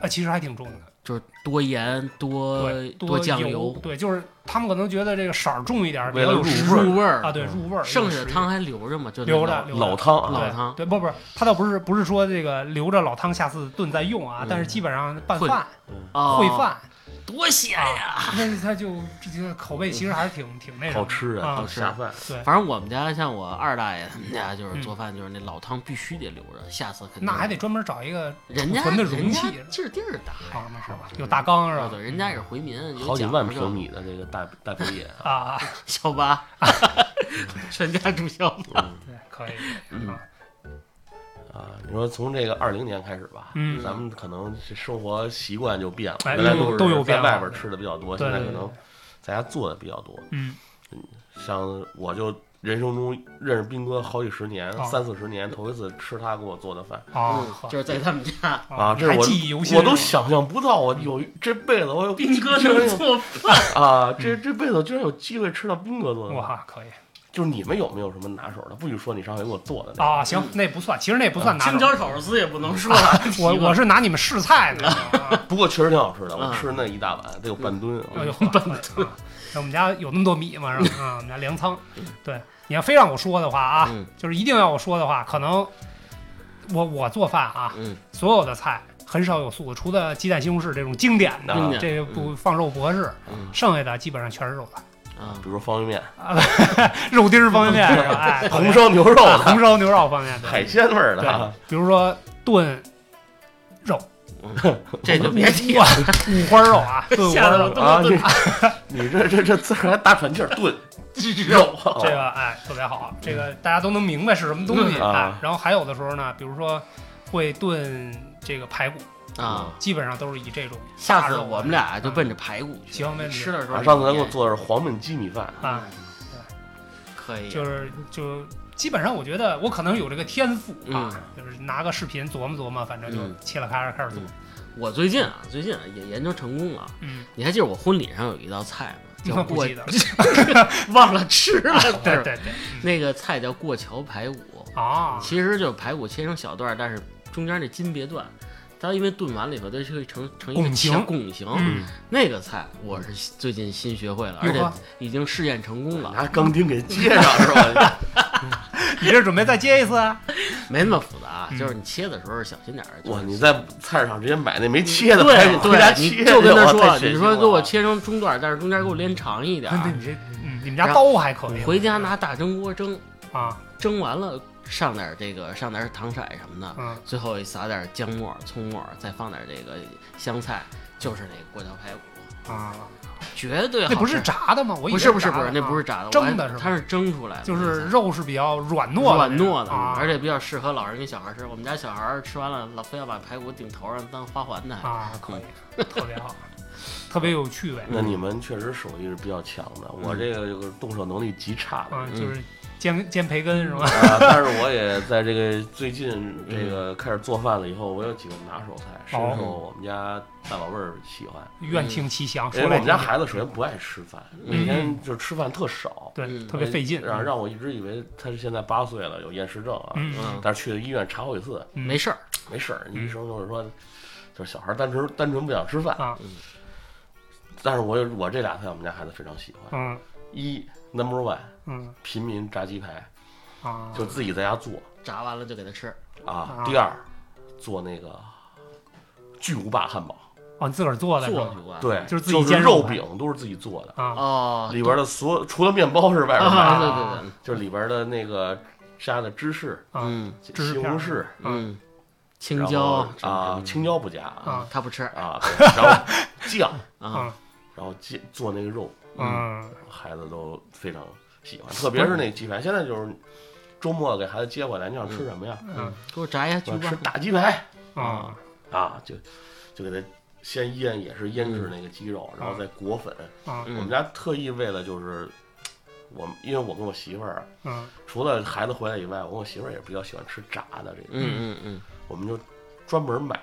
Speaker 2: 啊，其实还挺重的。
Speaker 3: 就是多盐多
Speaker 2: 对，
Speaker 3: 酱
Speaker 2: 油，对，就是他们可能觉得这个色儿重一点儿，
Speaker 1: 为了
Speaker 2: 有
Speaker 1: 入
Speaker 2: 食
Speaker 1: 味儿
Speaker 3: 入味儿嗯
Speaker 2: 啊，对，入味儿。
Speaker 3: 剩下
Speaker 2: 有
Speaker 3: 的
Speaker 2: 食欲
Speaker 3: 汤还留着嘛，就那
Speaker 2: 留
Speaker 3: 老
Speaker 2: 着，留着
Speaker 1: 老汤啊，
Speaker 3: 老
Speaker 2: 对
Speaker 3: 汤
Speaker 2: 对，不不是，他倒不是不是说这个留着老汤下次炖再用啊，但是基本上拌
Speaker 3: 混
Speaker 2: 饭
Speaker 3: 哦
Speaker 2: 烩饭，啊
Speaker 3: 多咸呀！
Speaker 2: 那他就这个口味其实还是挺挺那什么
Speaker 1: 好吃
Speaker 2: 啊
Speaker 1: 好吃
Speaker 3: 啊
Speaker 1: 下饭。
Speaker 2: 对，
Speaker 3: 反正我们家像我二大爷他们家就是做饭，就是那老汤必须得留着，下次肯定
Speaker 2: 嗯那还得专门找一个
Speaker 3: 人家
Speaker 2: 存的啊容器
Speaker 3: 人家地儿地儿大
Speaker 2: 啊，那是吧？
Speaker 1: 嗯
Speaker 2: 有大缸是
Speaker 3: 呀，
Speaker 2: 吧？
Speaker 3: 对，人家也是回民，有
Speaker 1: 好几
Speaker 3: 讲
Speaker 1: 万
Speaker 3: 究
Speaker 1: 平米的这个大大表演啊，
Speaker 2: 啊，啊
Speaker 3: 小巴， 全家住小巴，
Speaker 2: 对，可以啊，
Speaker 1: 啊，你说从这个二零年开始吧，
Speaker 2: 嗯
Speaker 1: 咱们可能这生活习惯就变了，
Speaker 2: 哎
Speaker 1: 原来
Speaker 2: 都
Speaker 1: 是
Speaker 2: 都有
Speaker 1: 在
Speaker 2: 变化
Speaker 1: 外边吃的比较多，
Speaker 2: 对
Speaker 1: 现在
Speaker 2: 对
Speaker 1: 可
Speaker 2: 对
Speaker 1: 能在家做的比较多。
Speaker 2: 嗯，
Speaker 1: 像我就人生中认识斌哥好几十年，
Speaker 2: 啊
Speaker 1: 三四十年，头一次吃他给我做的饭
Speaker 2: 啊，呵
Speaker 3: 就是在他们家，
Speaker 1: 啊，这
Speaker 2: 哦还
Speaker 1: 是我
Speaker 2: 记忆犹新，
Speaker 1: 我都想象不到，我有这辈子我有
Speaker 3: 斌哥
Speaker 1: 居然
Speaker 3: 能
Speaker 1: 有
Speaker 3: 做饭，
Speaker 1: 啊，这这辈子居然有机会吃到斌哥做的饭。
Speaker 2: 嗯哇，可以
Speaker 1: 就是你们有没有什么拿手的？不许说你上回给我做的那个
Speaker 2: 啊，行，那不算，其实那不算拿手
Speaker 3: 青椒炒肉丝也不能说，
Speaker 2: 我我嗯是拿你们试菜的。啊
Speaker 1: 不过确实挺好吃的，
Speaker 3: 嗯
Speaker 1: 我吃那一大碗得有半吨啊。
Speaker 2: 哎呦， 笨的。那我们家有那么多米吗？是吧？啊，我们家粮仓。对，你要非让我说的话啊
Speaker 3: 嗯，
Speaker 2: 就是一定要我说的话，可能我我做饭啊，
Speaker 3: 嗯，
Speaker 2: 所有的菜很少有素的，除了鸡蛋西红柿这种经典的，
Speaker 1: 嗯
Speaker 2: 这个不放肉博士，
Speaker 3: 嗯
Speaker 2: 剩下的基本上全是肉菜，
Speaker 3: 啊
Speaker 1: 比如说方便面、
Speaker 2: 肉丁儿方便面是吧？哎，
Speaker 1: 红烧牛肉
Speaker 2: 啊
Speaker 1: 的、
Speaker 2: 红烧牛肉方便面，对
Speaker 1: 海鲜味儿的
Speaker 2: 对
Speaker 1: 啊，，
Speaker 2: 比如说炖
Speaker 3: 这就别提了
Speaker 2: 哇，五花肉啊，炖五花
Speaker 3: 吓得
Speaker 2: 肉
Speaker 3: 我。啊
Speaker 1: 你你这这这自个儿还大喘气儿炖肉 啊
Speaker 2: 这个哎特别好，这个大家都能明白是什么东西
Speaker 1: 嗯
Speaker 2: 哎
Speaker 1: 啊。
Speaker 2: 然后还有的时候呢，比如说会炖这个排骨，
Speaker 3: 啊！
Speaker 2: 基本上都是以这种
Speaker 3: 下
Speaker 2: 大
Speaker 3: 次
Speaker 2: 肉
Speaker 3: 我们俩就奔着排骨去，
Speaker 2: 行没问题
Speaker 3: 吃的时候
Speaker 1: 啊，上次咱给我做的是黄焖鸡米饭，
Speaker 2: 啊，
Speaker 3: 可以，
Speaker 2: 就是就基本上我觉得我可能有这个天赋啊，就是拿个视频琢磨琢磨，反正就
Speaker 3: 嗯
Speaker 2: 切了开了开始做
Speaker 3: 嗯。我最近啊，最近啊也研究成功了。
Speaker 2: 嗯，
Speaker 3: 你还记得我婚礼上有一道菜吗？叫
Speaker 2: 我不
Speaker 3: 过
Speaker 2: 记，得了。 啊
Speaker 3: 忘了吃
Speaker 2: 对
Speaker 3: 了。是吧
Speaker 2: 对
Speaker 3: 嗯
Speaker 2: 对，嗯
Speaker 3: 那个菜叫过桥排骨，
Speaker 2: 啊，
Speaker 3: 其实就是排骨切成小段儿，但是中间这筋别断。它因为炖完了以后，它就会成成一个
Speaker 2: 拱形
Speaker 3: 小拱形。
Speaker 2: 嗯，
Speaker 3: 那个菜我是最近新学会了，
Speaker 2: 哟
Speaker 3: 而且
Speaker 2: 呵
Speaker 3: 已经试验成功了，
Speaker 1: 拿钢钉给接上是吧？
Speaker 2: 你这准备再接一次啊？
Speaker 3: 没那么复杂。
Speaker 2: 嗯
Speaker 3: 就是你切的时候小心点儿。
Speaker 1: 哇，
Speaker 3: 就是
Speaker 1: 你在菜市场直接买那没切的，
Speaker 3: 嗯对
Speaker 1: 回家
Speaker 3: 对，
Speaker 1: 切
Speaker 3: 你
Speaker 1: 的
Speaker 3: 就跟他
Speaker 1: 哇
Speaker 3: 说，
Speaker 1: 太血
Speaker 3: 你
Speaker 1: 腥
Speaker 3: 说
Speaker 1: 了
Speaker 3: 给我切成中段儿，但是中间给我连长一点儿。
Speaker 2: 对，你这嗯你们家刀还可以。
Speaker 3: 回家拿大蒸锅蒸，
Speaker 2: 啊，
Speaker 3: 蒸完了上点儿这个，上点儿糖色什么的，
Speaker 2: 嗯，
Speaker 3: 最后撒点儿姜末、葱末，再放点儿这个香菜，就是那过桥排骨，
Speaker 2: 啊，
Speaker 3: 绝对好
Speaker 2: 那
Speaker 3: 吃
Speaker 2: 不是炸的吗？我以为
Speaker 3: 不是不是
Speaker 2: 炸
Speaker 3: 不是，
Speaker 2: 的
Speaker 3: 那
Speaker 2: 啊
Speaker 3: 不是炸的，
Speaker 2: 蒸
Speaker 3: 我还
Speaker 2: 的是吧
Speaker 3: 它是蒸出来的，
Speaker 2: 就是
Speaker 3: 那
Speaker 2: 肉是比较软
Speaker 3: 个菜
Speaker 2: 糯
Speaker 3: 软糯的，
Speaker 2: 的啊
Speaker 3: 而且比较适合老人跟小孩吃。我们
Speaker 2: 啊
Speaker 3: 家小孩吃完了，老非要把排骨顶头上当花环呢。
Speaker 2: 啊，可以，特别好。特别有趣
Speaker 3: 嗯
Speaker 2: 味
Speaker 1: 那你们确实手艺是比较强的，我这个就是动手能力极差的。
Speaker 2: 啊，就是煎煎培根是吧？
Speaker 1: 啊，但是我也在这个最近这
Speaker 3: 嗯
Speaker 1: 个开始做饭了以后，我有几个拿手菜，
Speaker 3: 哦
Speaker 1: 深受我们家大宝贝儿喜欢。
Speaker 3: 嗯
Speaker 2: 愿听其详，
Speaker 1: 因嗯哎
Speaker 2: 说
Speaker 1: 为我
Speaker 2: 来
Speaker 1: 们家
Speaker 2: 听听
Speaker 1: 孩子首先不爱吃饭，每天就是吃饭特少，
Speaker 2: 对
Speaker 3: 嗯
Speaker 2: 特别费劲，
Speaker 1: 让让我一直以为他是现在八岁了有厌食症啊，
Speaker 2: 嗯
Speaker 3: 嗯，
Speaker 1: 但是去医院查好几次，
Speaker 2: 嗯
Speaker 3: 没事儿，
Speaker 1: 没事儿，医生就是说，就是小孩单纯单纯不想吃饭
Speaker 2: 啊
Speaker 3: 嗯
Speaker 1: 但是我有我这俩菜我们家孩子非常喜欢，
Speaker 2: 嗯
Speaker 1: 一 number one
Speaker 2: 嗯
Speaker 1: 平民炸鸡排，
Speaker 2: 啊
Speaker 1: 就自己在家做
Speaker 3: 炸完了就给他吃。
Speaker 1: 啊
Speaker 2: 啊；
Speaker 1: 第二做那个巨无霸汉堡，
Speaker 2: 哦，你自个儿做的是
Speaker 3: 做
Speaker 2: 吧？
Speaker 3: 去吧。
Speaker 1: 对，
Speaker 2: 啊
Speaker 1: 就
Speaker 2: 就
Speaker 1: 是
Speaker 2: 自己煎肉
Speaker 1: 肉
Speaker 2: 排
Speaker 1: 饼都是自己做的，
Speaker 2: 啊，
Speaker 3: 哦，
Speaker 1: 里边的所有除了面包是外边买
Speaker 3: 啊，
Speaker 1: 的，
Speaker 3: 对对对，
Speaker 1: 就是里边的那个加的芝士、
Speaker 2: 啊
Speaker 3: 嗯
Speaker 1: 西
Speaker 2: 芝士片
Speaker 1: 红
Speaker 2: 儿
Speaker 1: 柿、
Speaker 3: 嗯，青
Speaker 1: 然
Speaker 3: 椒
Speaker 1: 后
Speaker 3: 什么
Speaker 1: 啊
Speaker 3: 什么，
Speaker 1: 青椒不加啊
Speaker 2: 啊
Speaker 3: 他不吃
Speaker 1: 啊，对然后 酱，
Speaker 3: 啊，
Speaker 1: 然后煎做那个肉，
Speaker 2: 嗯
Speaker 1: 孩子都非常喜欢，特别是那鸡排。现在就是周末给孩子接回来，你想吃什么呀？
Speaker 2: 嗯
Speaker 3: 给我炸一下
Speaker 1: 我
Speaker 3: 巨
Speaker 1: 要吃
Speaker 3: 棒。
Speaker 1: 大鸡排
Speaker 2: 啊
Speaker 1: 啊，就就给他先腌，也是腌制那个鸡肉，然后再裹粉。
Speaker 2: 啊
Speaker 1: 我们
Speaker 3: 嗯
Speaker 1: 家特意为了就是我们，因为我跟我媳妇儿
Speaker 2: 嗯
Speaker 1: 除了孩子回来以外，我跟我媳妇儿也比较喜欢吃炸的这个，
Speaker 3: 嗯嗯
Speaker 1: 我们就专门买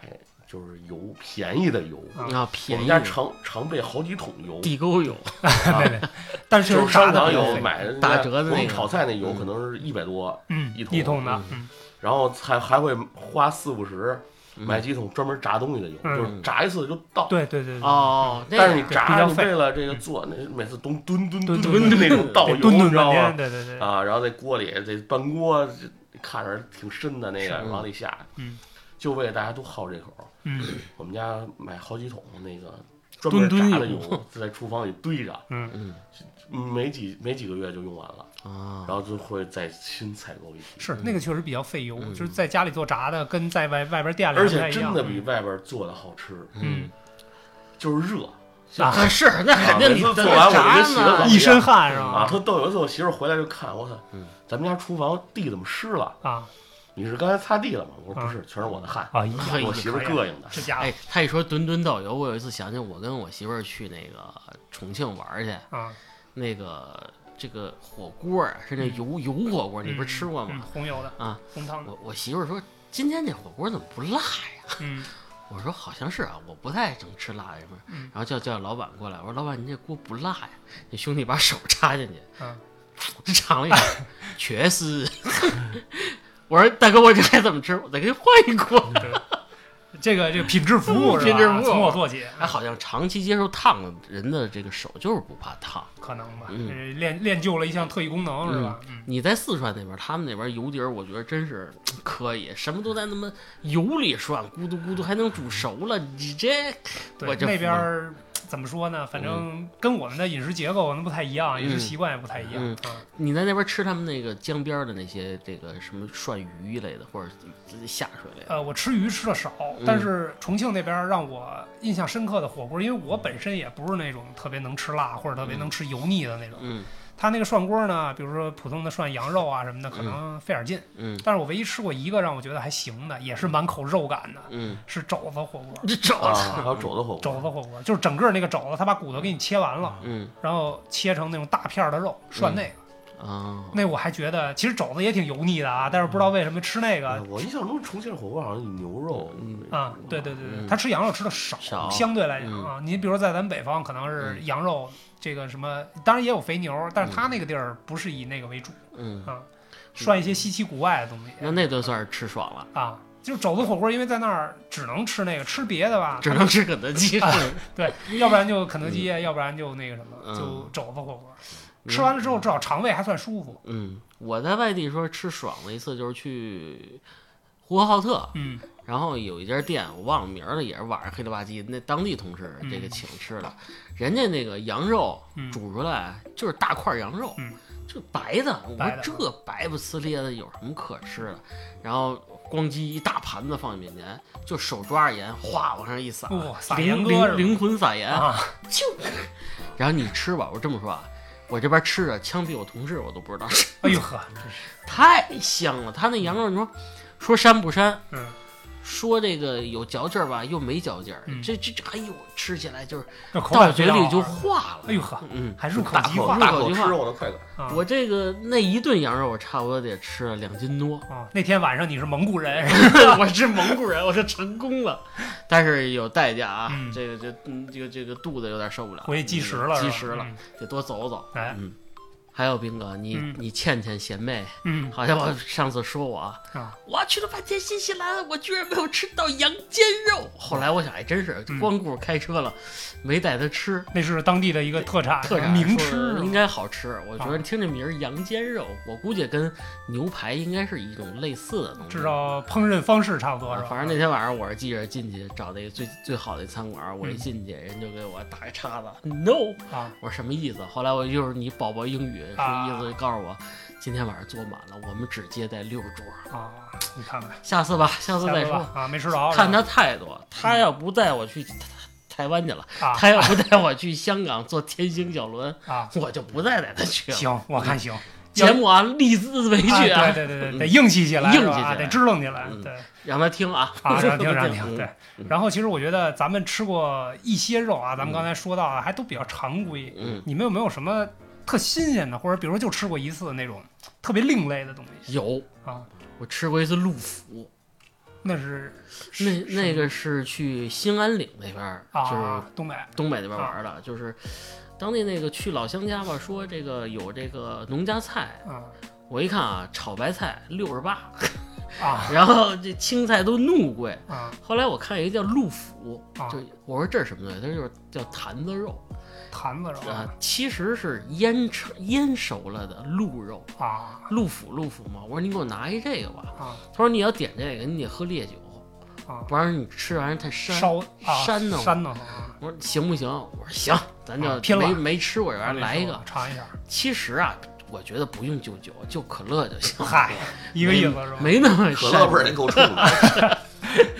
Speaker 1: 就是油便宜的油。
Speaker 2: 啊
Speaker 3: 嗯，啊，
Speaker 1: 我
Speaker 3: 便
Speaker 1: 们
Speaker 3: 宜
Speaker 1: 家常常备好几桶油，
Speaker 3: 地沟油，
Speaker 1: 啊
Speaker 2: 对对，但是确
Speaker 1: 就是
Speaker 2: 实炸
Speaker 1: 商
Speaker 2: 的
Speaker 1: 场
Speaker 2: 比较
Speaker 1: 有
Speaker 2: 费
Speaker 1: 买人家
Speaker 3: 打折的那
Speaker 1: 我们
Speaker 3: 个
Speaker 1: 炒菜那油
Speaker 3: 嗯
Speaker 1: 可能是一百多，
Speaker 2: 嗯
Speaker 1: 一桶
Speaker 2: 一桶的，嗯
Speaker 1: 然后还还会花四五十买
Speaker 3: 嗯
Speaker 1: 几桶专门炸东西的油，
Speaker 2: 嗯
Speaker 1: 就是炸一次就到。
Speaker 2: 对对对对
Speaker 3: 哦，那
Speaker 1: 但是你
Speaker 3: 个
Speaker 2: 比
Speaker 1: 炸，
Speaker 2: 较
Speaker 1: 你
Speaker 2: 费
Speaker 1: 为了这个做，那每次都蹲蹲
Speaker 2: 蹲
Speaker 1: 蹲的那种倒油，
Speaker 2: 得蹲
Speaker 1: 你
Speaker 2: 蹲
Speaker 1: 知道
Speaker 2: 半天，
Speaker 1: 吗？
Speaker 2: 对对对，
Speaker 1: 啊，然后在锅里这半锅这看着挺深的那个
Speaker 3: 是
Speaker 1: 往里下，
Speaker 2: 嗯，
Speaker 1: 就为了大家都好这口，
Speaker 2: 嗯
Speaker 1: 我们家买好几桶那个专门
Speaker 3: 蹲蹲
Speaker 1: 炸的
Speaker 3: 油
Speaker 1: 油，在厨房里堆着，
Speaker 2: 嗯
Speaker 3: 嗯
Speaker 1: 没几没几个月就用完了，
Speaker 3: 啊
Speaker 1: 然，后就会再新采购一批。
Speaker 2: 是那个确实比较费油，就是在家里做炸的跟在外外边店里
Speaker 1: 而
Speaker 2: 不太
Speaker 1: 且
Speaker 2: 一
Speaker 1: 真
Speaker 2: 样
Speaker 1: 的嗯比外边做的好吃，
Speaker 2: 嗯
Speaker 1: 就是热
Speaker 2: 啊
Speaker 3: 啊是，那肯定
Speaker 1: 每
Speaker 3: 你
Speaker 1: 次
Speaker 3: 在
Speaker 1: 做
Speaker 3: 那
Speaker 1: 完我
Speaker 3: 炸
Speaker 1: 就洗了
Speaker 3: 呢
Speaker 1: 澡
Speaker 2: 一身汗是
Speaker 1: 啊！嗯
Speaker 2: 吧？
Speaker 1: 特逗，有一次我媳妇儿回来就看我操，咱们家厨房地怎么湿了？
Speaker 2: 啊
Speaker 1: 你是刚才擦地了吗？我说不是，全是我的汗。
Speaker 2: 啊，一
Speaker 3: 可以
Speaker 1: 我媳妇儿膈应的，
Speaker 2: 这家
Speaker 3: 哎，他一说吨吨导游，我有一次想起我跟我媳妇儿去那个重庆玩儿去，
Speaker 2: 伙啊，
Speaker 3: 那个这个火锅儿是那
Speaker 1: 嗯
Speaker 3: 油油火锅儿，你不是吃过
Speaker 2: 嗯
Speaker 3: 吗？
Speaker 2: 红油的
Speaker 3: 啊，
Speaker 2: 红汤的，
Speaker 3: 我我媳妇儿说今天这火锅怎么不辣呀？
Speaker 2: 嗯
Speaker 3: 我说好像是啊，我不太整吃辣的什么，
Speaker 2: 嗯
Speaker 3: 然后叫叫老板过来，我说老板您这锅不辣呀？那兄弟把手插进去，
Speaker 2: 嗯
Speaker 3: 我尝了一口，确实。 我说大哥，我这还怎么吃？我再给你换一锅。
Speaker 2: 这个这个品质服务是吧？
Speaker 3: 品质服务
Speaker 2: 从我做起，
Speaker 3: 哎，好像长期接受烫的人的这个手就是不怕烫。
Speaker 2: 可能吧，
Speaker 3: 嗯
Speaker 2: 呃练练就了一项特异功能是吧？嗯
Speaker 3: 你在四川那边，他们那边油碟儿，我觉得真是可以，什么都在那么油里涮，咕嘟咕嘟还能煮熟了。你这，
Speaker 2: 对
Speaker 3: 我，嗯这
Speaker 2: 那边儿怎么说呢？反正跟我们的饮食结构可能不太一样，饮食
Speaker 3: 嗯
Speaker 2: 习惯也不太一样
Speaker 3: 嗯
Speaker 2: 啊。
Speaker 3: 你在那边吃他们那个江边儿的那些这个什么涮鱼一类的，或者下水类的，
Speaker 2: 呃，我吃鱼吃的少，
Speaker 3: 嗯
Speaker 2: 但是重庆那边儿让我印象深刻的火锅，因为我本身也不是那种特别能吃辣或者特别能吃油腻的那种。
Speaker 3: 嗯
Speaker 2: 他那个涮锅呢，比如说普通的涮羊肉啊什么的，可能费点劲。
Speaker 3: 嗯
Speaker 2: 但是我唯一吃过一个让我觉得还行的，也是满口肉感的，
Speaker 3: 嗯，
Speaker 2: 是肘子火锅。
Speaker 3: 这肘
Speaker 1: 啊，
Speaker 3: 子，
Speaker 1: 还有肘子火
Speaker 2: 肘
Speaker 1: 锅，
Speaker 2: 子火锅就是整个那个肘子，他把骨头给你切完了，
Speaker 3: 嗯
Speaker 2: 然后切成那种大片儿的肉涮那个。
Speaker 3: 啊，
Speaker 2: 那我还觉得其实肘子也挺油腻的啊，但是不知
Speaker 3: 嗯
Speaker 2: 道为什么吃那个
Speaker 1: 哎我印象中重庆火锅好像以牛肉为
Speaker 2: 啊，
Speaker 1: 主
Speaker 2: 对对对对，
Speaker 3: 嗯
Speaker 2: 他吃羊肉吃的少，
Speaker 3: 少嗯
Speaker 2: 相对来讲啊，你比如说在咱们北方，可能是羊肉这个什么，当然也有肥牛，但是他那个地儿不是以那个为主，
Speaker 3: 嗯，
Speaker 2: 呃涮一些稀奇古怪的东
Speaker 3: 那
Speaker 2: 西
Speaker 3: 那顿算是吃爽了，
Speaker 2: 啊。就是肘子火锅，因为在那儿只能吃那个，吃别的吧，
Speaker 3: 只能吃肯 德基。
Speaker 2: 啊对，要不然就肯德基，啊要不然就那个什么，
Speaker 3: 嗯
Speaker 2: 就肘子火锅。
Speaker 3: 嗯
Speaker 2: 吃完了之后，至少肠胃还算舒服。
Speaker 3: 嗯，我在外地说吃爽的一次就是去呼和浩特，
Speaker 2: 嗯
Speaker 3: 然后有一家店我忘了名儿了，也是晚上黑了吧唧，那当地同事这个
Speaker 2: 嗯
Speaker 3: 请吃的，人家那个羊肉
Speaker 2: 嗯
Speaker 3: 煮出来就是大块儿羊肉，
Speaker 2: 嗯
Speaker 3: 就白的，我
Speaker 2: 白的
Speaker 3: 说这白不呲咧的有什么可吃的？然后咣叽一大盘子放你面前，就手抓着盐哗往上一撒，
Speaker 2: 哇撒盐
Speaker 3: 灵
Speaker 2: 哥是吧
Speaker 3: 灵灵魂撒盐，
Speaker 2: 啊，
Speaker 3: 就，然后你吃吧，我这么说啊。我这边吃着，枪毙我同事我都不知道，
Speaker 2: 哎呦呵，
Speaker 3: 太香了！他那羊肉，你说说膻不膻？
Speaker 2: 嗯
Speaker 3: 说这个有嚼劲儿吧，又没嚼劲儿、
Speaker 2: 嗯
Speaker 3: 这这这，哎呦，吃起来就是
Speaker 2: 这口
Speaker 3: 到
Speaker 2: 感
Speaker 3: 嘴
Speaker 2: 非常
Speaker 3: 里
Speaker 2: 好
Speaker 3: 就
Speaker 2: 吃
Speaker 3: 化了。
Speaker 2: 哎呦呵，
Speaker 3: 嗯，
Speaker 2: 还入口
Speaker 1: 大
Speaker 2: 即
Speaker 1: 口
Speaker 2: 化
Speaker 1: 大
Speaker 3: 入口
Speaker 1: 口
Speaker 3: 即
Speaker 1: 吃
Speaker 3: 化
Speaker 1: 肉的快感。
Speaker 2: 啊！
Speaker 3: 我这个那一顿羊肉，我差不多得吃了两 斤多。
Speaker 2: 啊，那天晚上你是蒙古人，
Speaker 3: 我是蒙古人，我就成功了，但是有代价啊，
Speaker 2: 嗯
Speaker 3: 这个就嗯这个这个肚子有点受不了，嗯
Speaker 2: 回去计时了，
Speaker 3: 计
Speaker 2: 是吧嗯
Speaker 3: 时了，，得多走走。
Speaker 2: 哎
Speaker 3: 嗯，还有斌哥，你、
Speaker 2: 嗯
Speaker 3: 你倩倩贤妹，
Speaker 2: 嗯
Speaker 3: 好像我上次说我啊，
Speaker 2: 嗯啊，
Speaker 3: 我去了半天新西兰，我居然没有吃到羊肩肉。后来我想，哎，真是
Speaker 2: 嗯
Speaker 3: 光顾着开车了，没带她吃。
Speaker 2: 那是当地的一个特产，
Speaker 3: 特产
Speaker 2: 名
Speaker 3: 说
Speaker 2: 吃
Speaker 3: 应该好吃，我觉得
Speaker 2: 啊
Speaker 3: 听这名儿羊肩肉，我估计跟牛排应该是一种类似的东西。
Speaker 2: 知道烹饪方式差不多
Speaker 3: 啊
Speaker 2: 是吧？
Speaker 3: 反正那天晚上我是记着进去找那个最最好的餐馆，我一
Speaker 2: 嗯
Speaker 3: 进去人就给我打个叉子，no，
Speaker 2: 啊，
Speaker 3: 我说什么意思？后来我就是你宝宝英语
Speaker 2: 啊
Speaker 3: 什么意思，就告诉我今天晚上坐满了，我们只接待六桌，
Speaker 2: 啊，你看看，
Speaker 3: 下次吧，下次
Speaker 2: 下
Speaker 3: 再
Speaker 2: 次
Speaker 3: 说。
Speaker 2: 吧啊，没吃着，
Speaker 3: 看他态度，他要不带我去台台湾去了，
Speaker 2: 啊
Speaker 3: 他要不带我去香港坐天星小轮，
Speaker 2: 啊，
Speaker 3: 我就不再带他去了。
Speaker 2: 行，我看行，
Speaker 3: 嗯节目啊，立字为据
Speaker 2: 啊
Speaker 3: 啊，
Speaker 2: 对对对对，得硬气起来，
Speaker 3: 硬气
Speaker 2: 是吧啊
Speaker 3: 起来
Speaker 2: 得支棱起来，
Speaker 3: 嗯
Speaker 2: 对。
Speaker 3: 让他听啊，
Speaker 2: 啊，让听让
Speaker 3: 嗯
Speaker 2: 听，对。然后其实我觉得咱们吃过一些肉啊，咱们刚才说到啊，还都比较常规。
Speaker 3: 嗯，
Speaker 2: 你们有没有什么特新鲜的，或者比如说就吃过一次的那种特别另类的东西
Speaker 3: 有
Speaker 2: 啊？
Speaker 3: 我吃过一次路虎。
Speaker 2: 那是
Speaker 3: 那
Speaker 2: 是
Speaker 3: 那个是去兴安岭那边儿，就是
Speaker 2: 啊，东北
Speaker 3: 东北那边玩儿的，就是当地那个去老乡家吧，说这个有这个农家菜，
Speaker 2: 啊
Speaker 3: 我一看啊，炒白菜六十八，
Speaker 2: 啊
Speaker 3: 然后这青菜都怒贵。
Speaker 2: 啊，
Speaker 3: 后来我看一个叫陆府，
Speaker 2: 啊
Speaker 3: 就我说这是什么东西？他说就是叫坛子肉
Speaker 2: 坛子肉
Speaker 3: 啊，其实是腌成腌熟了的鹿肉，
Speaker 2: 啊
Speaker 3: 陆府陆府嘛。我说你给我拿一这个吧。
Speaker 2: 啊
Speaker 3: 他说你要点这个，你得喝烈酒，
Speaker 2: 啊，
Speaker 3: 不然你吃完太膻。
Speaker 2: 烧啊
Speaker 3: 山呢
Speaker 2: 山呢啊，
Speaker 3: 我说行不行？我说行，咱就
Speaker 2: 啊拼了啊
Speaker 3: 没没吃过这玩意儿，来一个。
Speaker 2: 尝一 下，
Speaker 3: 其实啊，我觉得不用就酒，就可乐 就行。
Speaker 2: 嗨，一个意思
Speaker 3: 没
Speaker 2: 是吧？
Speaker 3: 没那么
Speaker 1: 可乐味儿也
Speaker 3: 膻。
Speaker 1: 够冲的，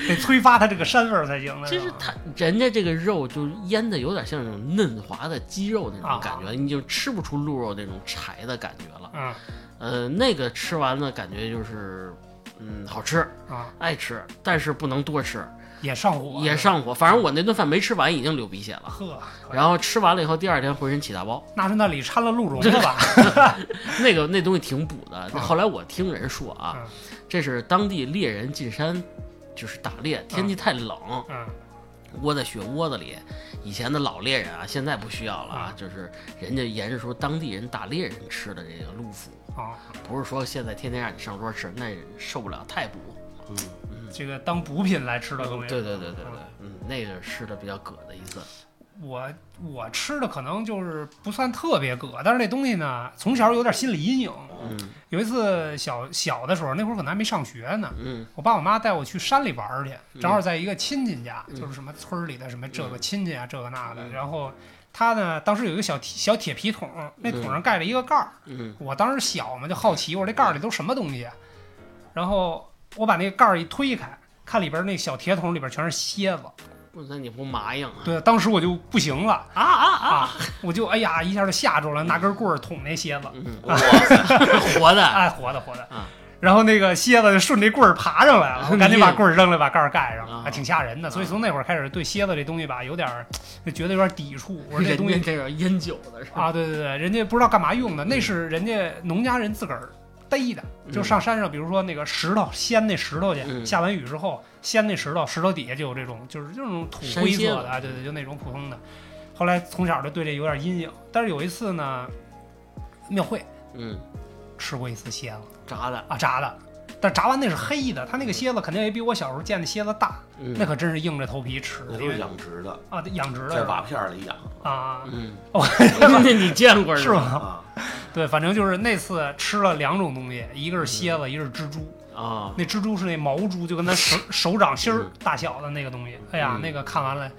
Speaker 2: 得催发它这个膻味儿才行呢。
Speaker 3: 就是
Speaker 2: 吧
Speaker 3: 它，人家这个肉就腌的有点像那种嫩滑的鸡肉那
Speaker 2: 啊
Speaker 3: 种感觉，你就吃不出鹿肉那种柴的感觉了。
Speaker 2: 嗯
Speaker 3: 呃，那个吃完了感觉就是，嗯，好吃，
Speaker 2: 啊，
Speaker 3: 爱吃，但是不能多吃，
Speaker 2: 也上火，
Speaker 3: 也上哎火。反正我那顿饭没吃完已经流鼻血了，
Speaker 2: 呵，可以
Speaker 3: 然后吃完了以后第二天浑身起大包。
Speaker 2: 那是那里掺了鹿茸了吧？
Speaker 3: 那个那东西挺补的。后来我听人说啊
Speaker 2: 嗯，
Speaker 3: 这是当地猎人进山，就是打猎，天气太冷，
Speaker 2: 嗯
Speaker 3: 窝在雪窝子里。以前的老猎人啊，现在不需要了啊，就是人家研制出当地人打猎人吃的这个鹿脯，
Speaker 2: 啊，
Speaker 3: 不是说现在天天让你上桌吃，那受不了，太补。
Speaker 1: 嗯
Speaker 2: 这个当补品来吃的东西。
Speaker 3: 对对对对对
Speaker 2: 嗯，
Speaker 3: 嗯，那个吃的比较葛的一次，
Speaker 2: 我我吃的可能就是不算特别葛，但是那东西呢，从小有点心理阴影。
Speaker 3: 嗯
Speaker 2: 有一次小小的时候，那会儿可能还没上学呢，
Speaker 3: 嗯
Speaker 2: 我爸我妈带我去山里玩儿去，
Speaker 3: 嗯
Speaker 2: 正好在一个亲戚家，
Speaker 3: 嗯
Speaker 2: 就是什么村儿里的什么这个亲戚啊，这个那的。
Speaker 3: 嗯
Speaker 2: 然后他呢，当时有一个小铁小铁皮桶，那桶上盖了一个盖儿。
Speaker 3: 嗯
Speaker 2: 我当时小嘛，就好奇，我说这盖儿里都什么东西啊？然后我把那个盖儿一推开，看里边那小铁桶里边全是蝎子。
Speaker 3: 不那你不麻硬啊？
Speaker 2: 对，当时我就不行了
Speaker 3: 啊啊啊！
Speaker 2: 啊，我就哎呀一下就吓住了，拿根棍儿捅那蝎子，
Speaker 3: 嗯，
Speaker 1: 哇塞，
Speaker 3: 活的，
Speaker 2: 哎，活的活的
Speaker 3: 啊。
Speaker 2: 然后那个蝎子就顺这棍儿爬上来了，我 赶紧把棍儿扔了，把盖儿盖上
Speaker 3: 啊
Speaker 2: 了，还挺吓人的。所以从那会儿开始，对蝎子这东西吧，有点儿就觉得有点抵触。我说这
Speaker 3: 人
Speaker 2: 东
Speaker 3: 家
Speaker 2: 西
Speaker 3: 这个腌酒的是吧？
Speaker 2: 啊，对对对，人家不知道干嘛用的，那是人家农家人自个儿逮的，就上山上，比如说那个石头掀那石头去，
Speaker 3: 嗯
Speaker 2: 下完雨之后掀那石头，石头底下就有这种，就是就是那种土
Speaker 3: 山
Speaker 2: 灰
Speaker 3: 蝎
Speaker 2: 色
Speaker 3: 子
Speaker 2: 的，啊，对对，就那种普通的。后来从小就对这有点阴影，但是有一次呢，庙会
Speaker 3: 嗯，
Speaker 2: 吃过一次蝎子
Speaker 3: 炸的，
Speaker 2: 啊，炸的。但炸完那是黑的，它那个蝎子肯定也比我小时候见的蝎子大，
Speaker 3: 嗯
Speaker 2: 那可真是硬着头皮吃，
Speaker 1: 那
Speaker 2: 因
Speaker 1: 都是
Speaker 2: 为
Speaker 1: 养殖的，
Speaker 2: 啊对养殖的
Speaker 1: 在
Speaker 2: 是
Speaker 1: 瓦
Speaker 2: 吧
Speaker 1: 片儿里养
Speaker 2: 啊，
Speaker 3: 嗯，
Speaker 2: 哦
Speaker 3: 那你见过
Speaker 2: 是吗？
Speaker 1: 啊，
Speaker 2: 对，反正就是那次吃了两种东西，一
Speaker 3: 嗯
Speaker 2: 个是蝎子，一个是蜘蛛。
Speaker 3: 啊，
Speaker 2: 那蜘蛛是那毛蛛，就跟咱 手手掌心儿
Speaker 3: 嗯
Speaker 2: 大小的那个东西。哎呀
Speaker 3: 嗯，
Speaker 2: 那个看完了，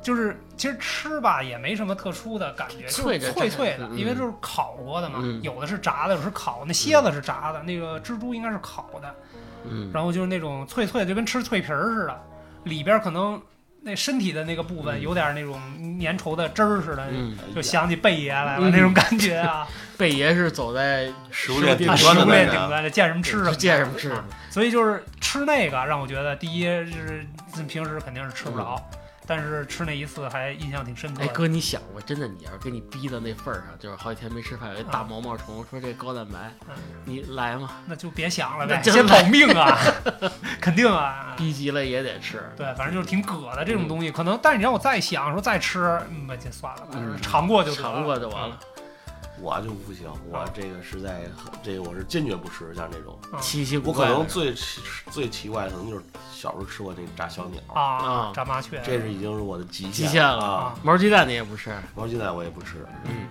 Speaker 2: 就是其实吃吧也没什么特殊的感觉，就
Speaker 3: 脆
Speaker 2: 是
Speaker 3: 着
Speaker 2: 脆
Speaker 3: 炸
Speaker 2: 脆的，
Speaker 3: 嗯
Speaker 2: 因为就是烤过的嘛
Speaker 3: 嗯，
Speaker 2: 有的是炸的，有的是烤。那蝎子是炸的，那个蜘蛛应该是烤的，
Speaker 3: 嗯，
Speaker 2: 然后就是那种脆脆的，就跟吃脆皮儿似的，里边儿可能。那身体的那个部分有点那种粘稠的汁儿似的，
Speaker 1: 哎
Speaker 3: 嗯，
Speaker 2: 就想起贝爷来了、
Speaker 3: 嗯
Speaker 2: 那种感觉啊！
Speaker 3: 贝爷是走在
Speaker 1: 食
Speaker 3: 食
Speaker 1: 物
Speaker 3: 物
Speaker 1: 链
Speaker 3: 顶
Speaker 1: 顶端
Speaker 2: 啊，食
Speaker 1: 的
Speaker 2: 物
Speaker 1: 那
Speaker 2: 链
Speaker 1: 个
Speaker 2: 顶端的，见什么吃什么，
Speaker 3: 见什么吃什么。
Speaker 2: 所以啊就是吃那个啊让我觉得，第一是嗯平时肯定是吃不着，但是吃那一次还印象挺深刻
Speaker 3: 嗯哎
Speaker 2: 的。
Speaker 3: 哥，你想过，真的，你要是给你逼到那份儿上，就是好几天没吃饭，有一大
Speaker 2: 啊
Speaker 3: 毛毛虫，说这高蛋白
Speaker 2: 嗯，
Speaker 3: 你来嘛，
Speaker 2: 那就别想了呗
Speaker 3: 那，真
Speaker 2: 先保命 啊，肯定啊。
Speaker 3: 逼急了也得吃。
Speaker 2: 对，反正就是挺葛的这种东西，可能，但是你让我再想说再吃，嗯，那就算了吧，
Speaker 3: 嗯
Speaker 2: 尝过就得了
Speaker 3: 尝过就完了。。
Speaker 1: 我就不行，我这个实在很这个我是坚决不吃像这种。
Speaker 2: 嗯
Speaker 3: 七七
Speaker 1: 我
Speaker 3: 古
Speaker 1: 可
Speaker 3: 怪的
Speaker 1: 能最奇最奇怪的，可能就是小时候吃过那炸小鸟，
Speaker 2: 啊
Speaker 3: 啊，
Speaker 2: 炸麻雀，
Speaker 1: 这是已经是我的极限
Speaker 3: 极限了
Speaker 1: 啊！
Speaker 3: 毛鸡蛋你也不吃，
Speaker 1: 毛鸡蛋我也不吃，
Speaker 3: 嗯，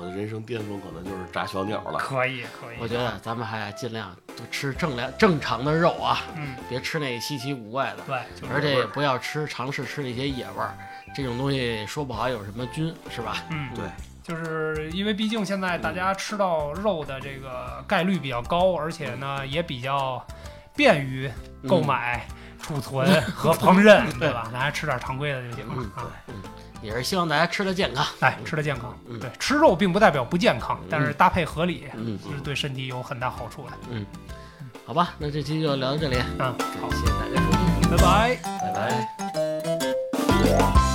Speaker 1: 我的人生巅峰可能就是炸小鸟了。
Speaker 2: 可以可以，
Speaker 3: 我觉得咱们还尽量多吃正量正常的肉啊，
Speaker 2: 嗯，
Speaker 3: 别吃那稀奇古怪的，
Speaker 2: 对，就是
Speaker 3: 而且
Speaker 2: 味
Speaker 3: 也
Speaker 2: 儿
Speaker 3: 不要吃尝试吃那些野味儿，这种东西说不好有什么菌是吧？
Speaker 2: 嗯，
Speaker 1: 对，
Speaker 2: 就是因为毕竟现在大家吃到肉的这个概率比较高，而且呢也比较便于购
Speaker 3: 嗯
Speaker 2: 买、储存和烹饪，对吧？大家吃点常规的就行
Speaker 3: 嗯
Speaker 2: 了啊。
Speaker 3: 也是希望大家吃的健康。
Speaker 2: 哎，吃的健康，
Speaker 3: 嗯
Speaker 2: 对，吃肉并不代表不健康
Speaker 3: 嗯，
Speaker 2: 但是搭配合理，
Speaker 3: 嗯，
Speaker 2: 是对身体有很大好处的。
Speaker 3: 好吧，那这期就聊到这里，
Speaker 2: 嗯，
Speaker 3: 好，谢谢大家收
Speaker 2: 拜
Speaker 3: 听，
Speaker 2: 拜。
Speaker 1: 拜拜。
Speaker 3: 拜拜。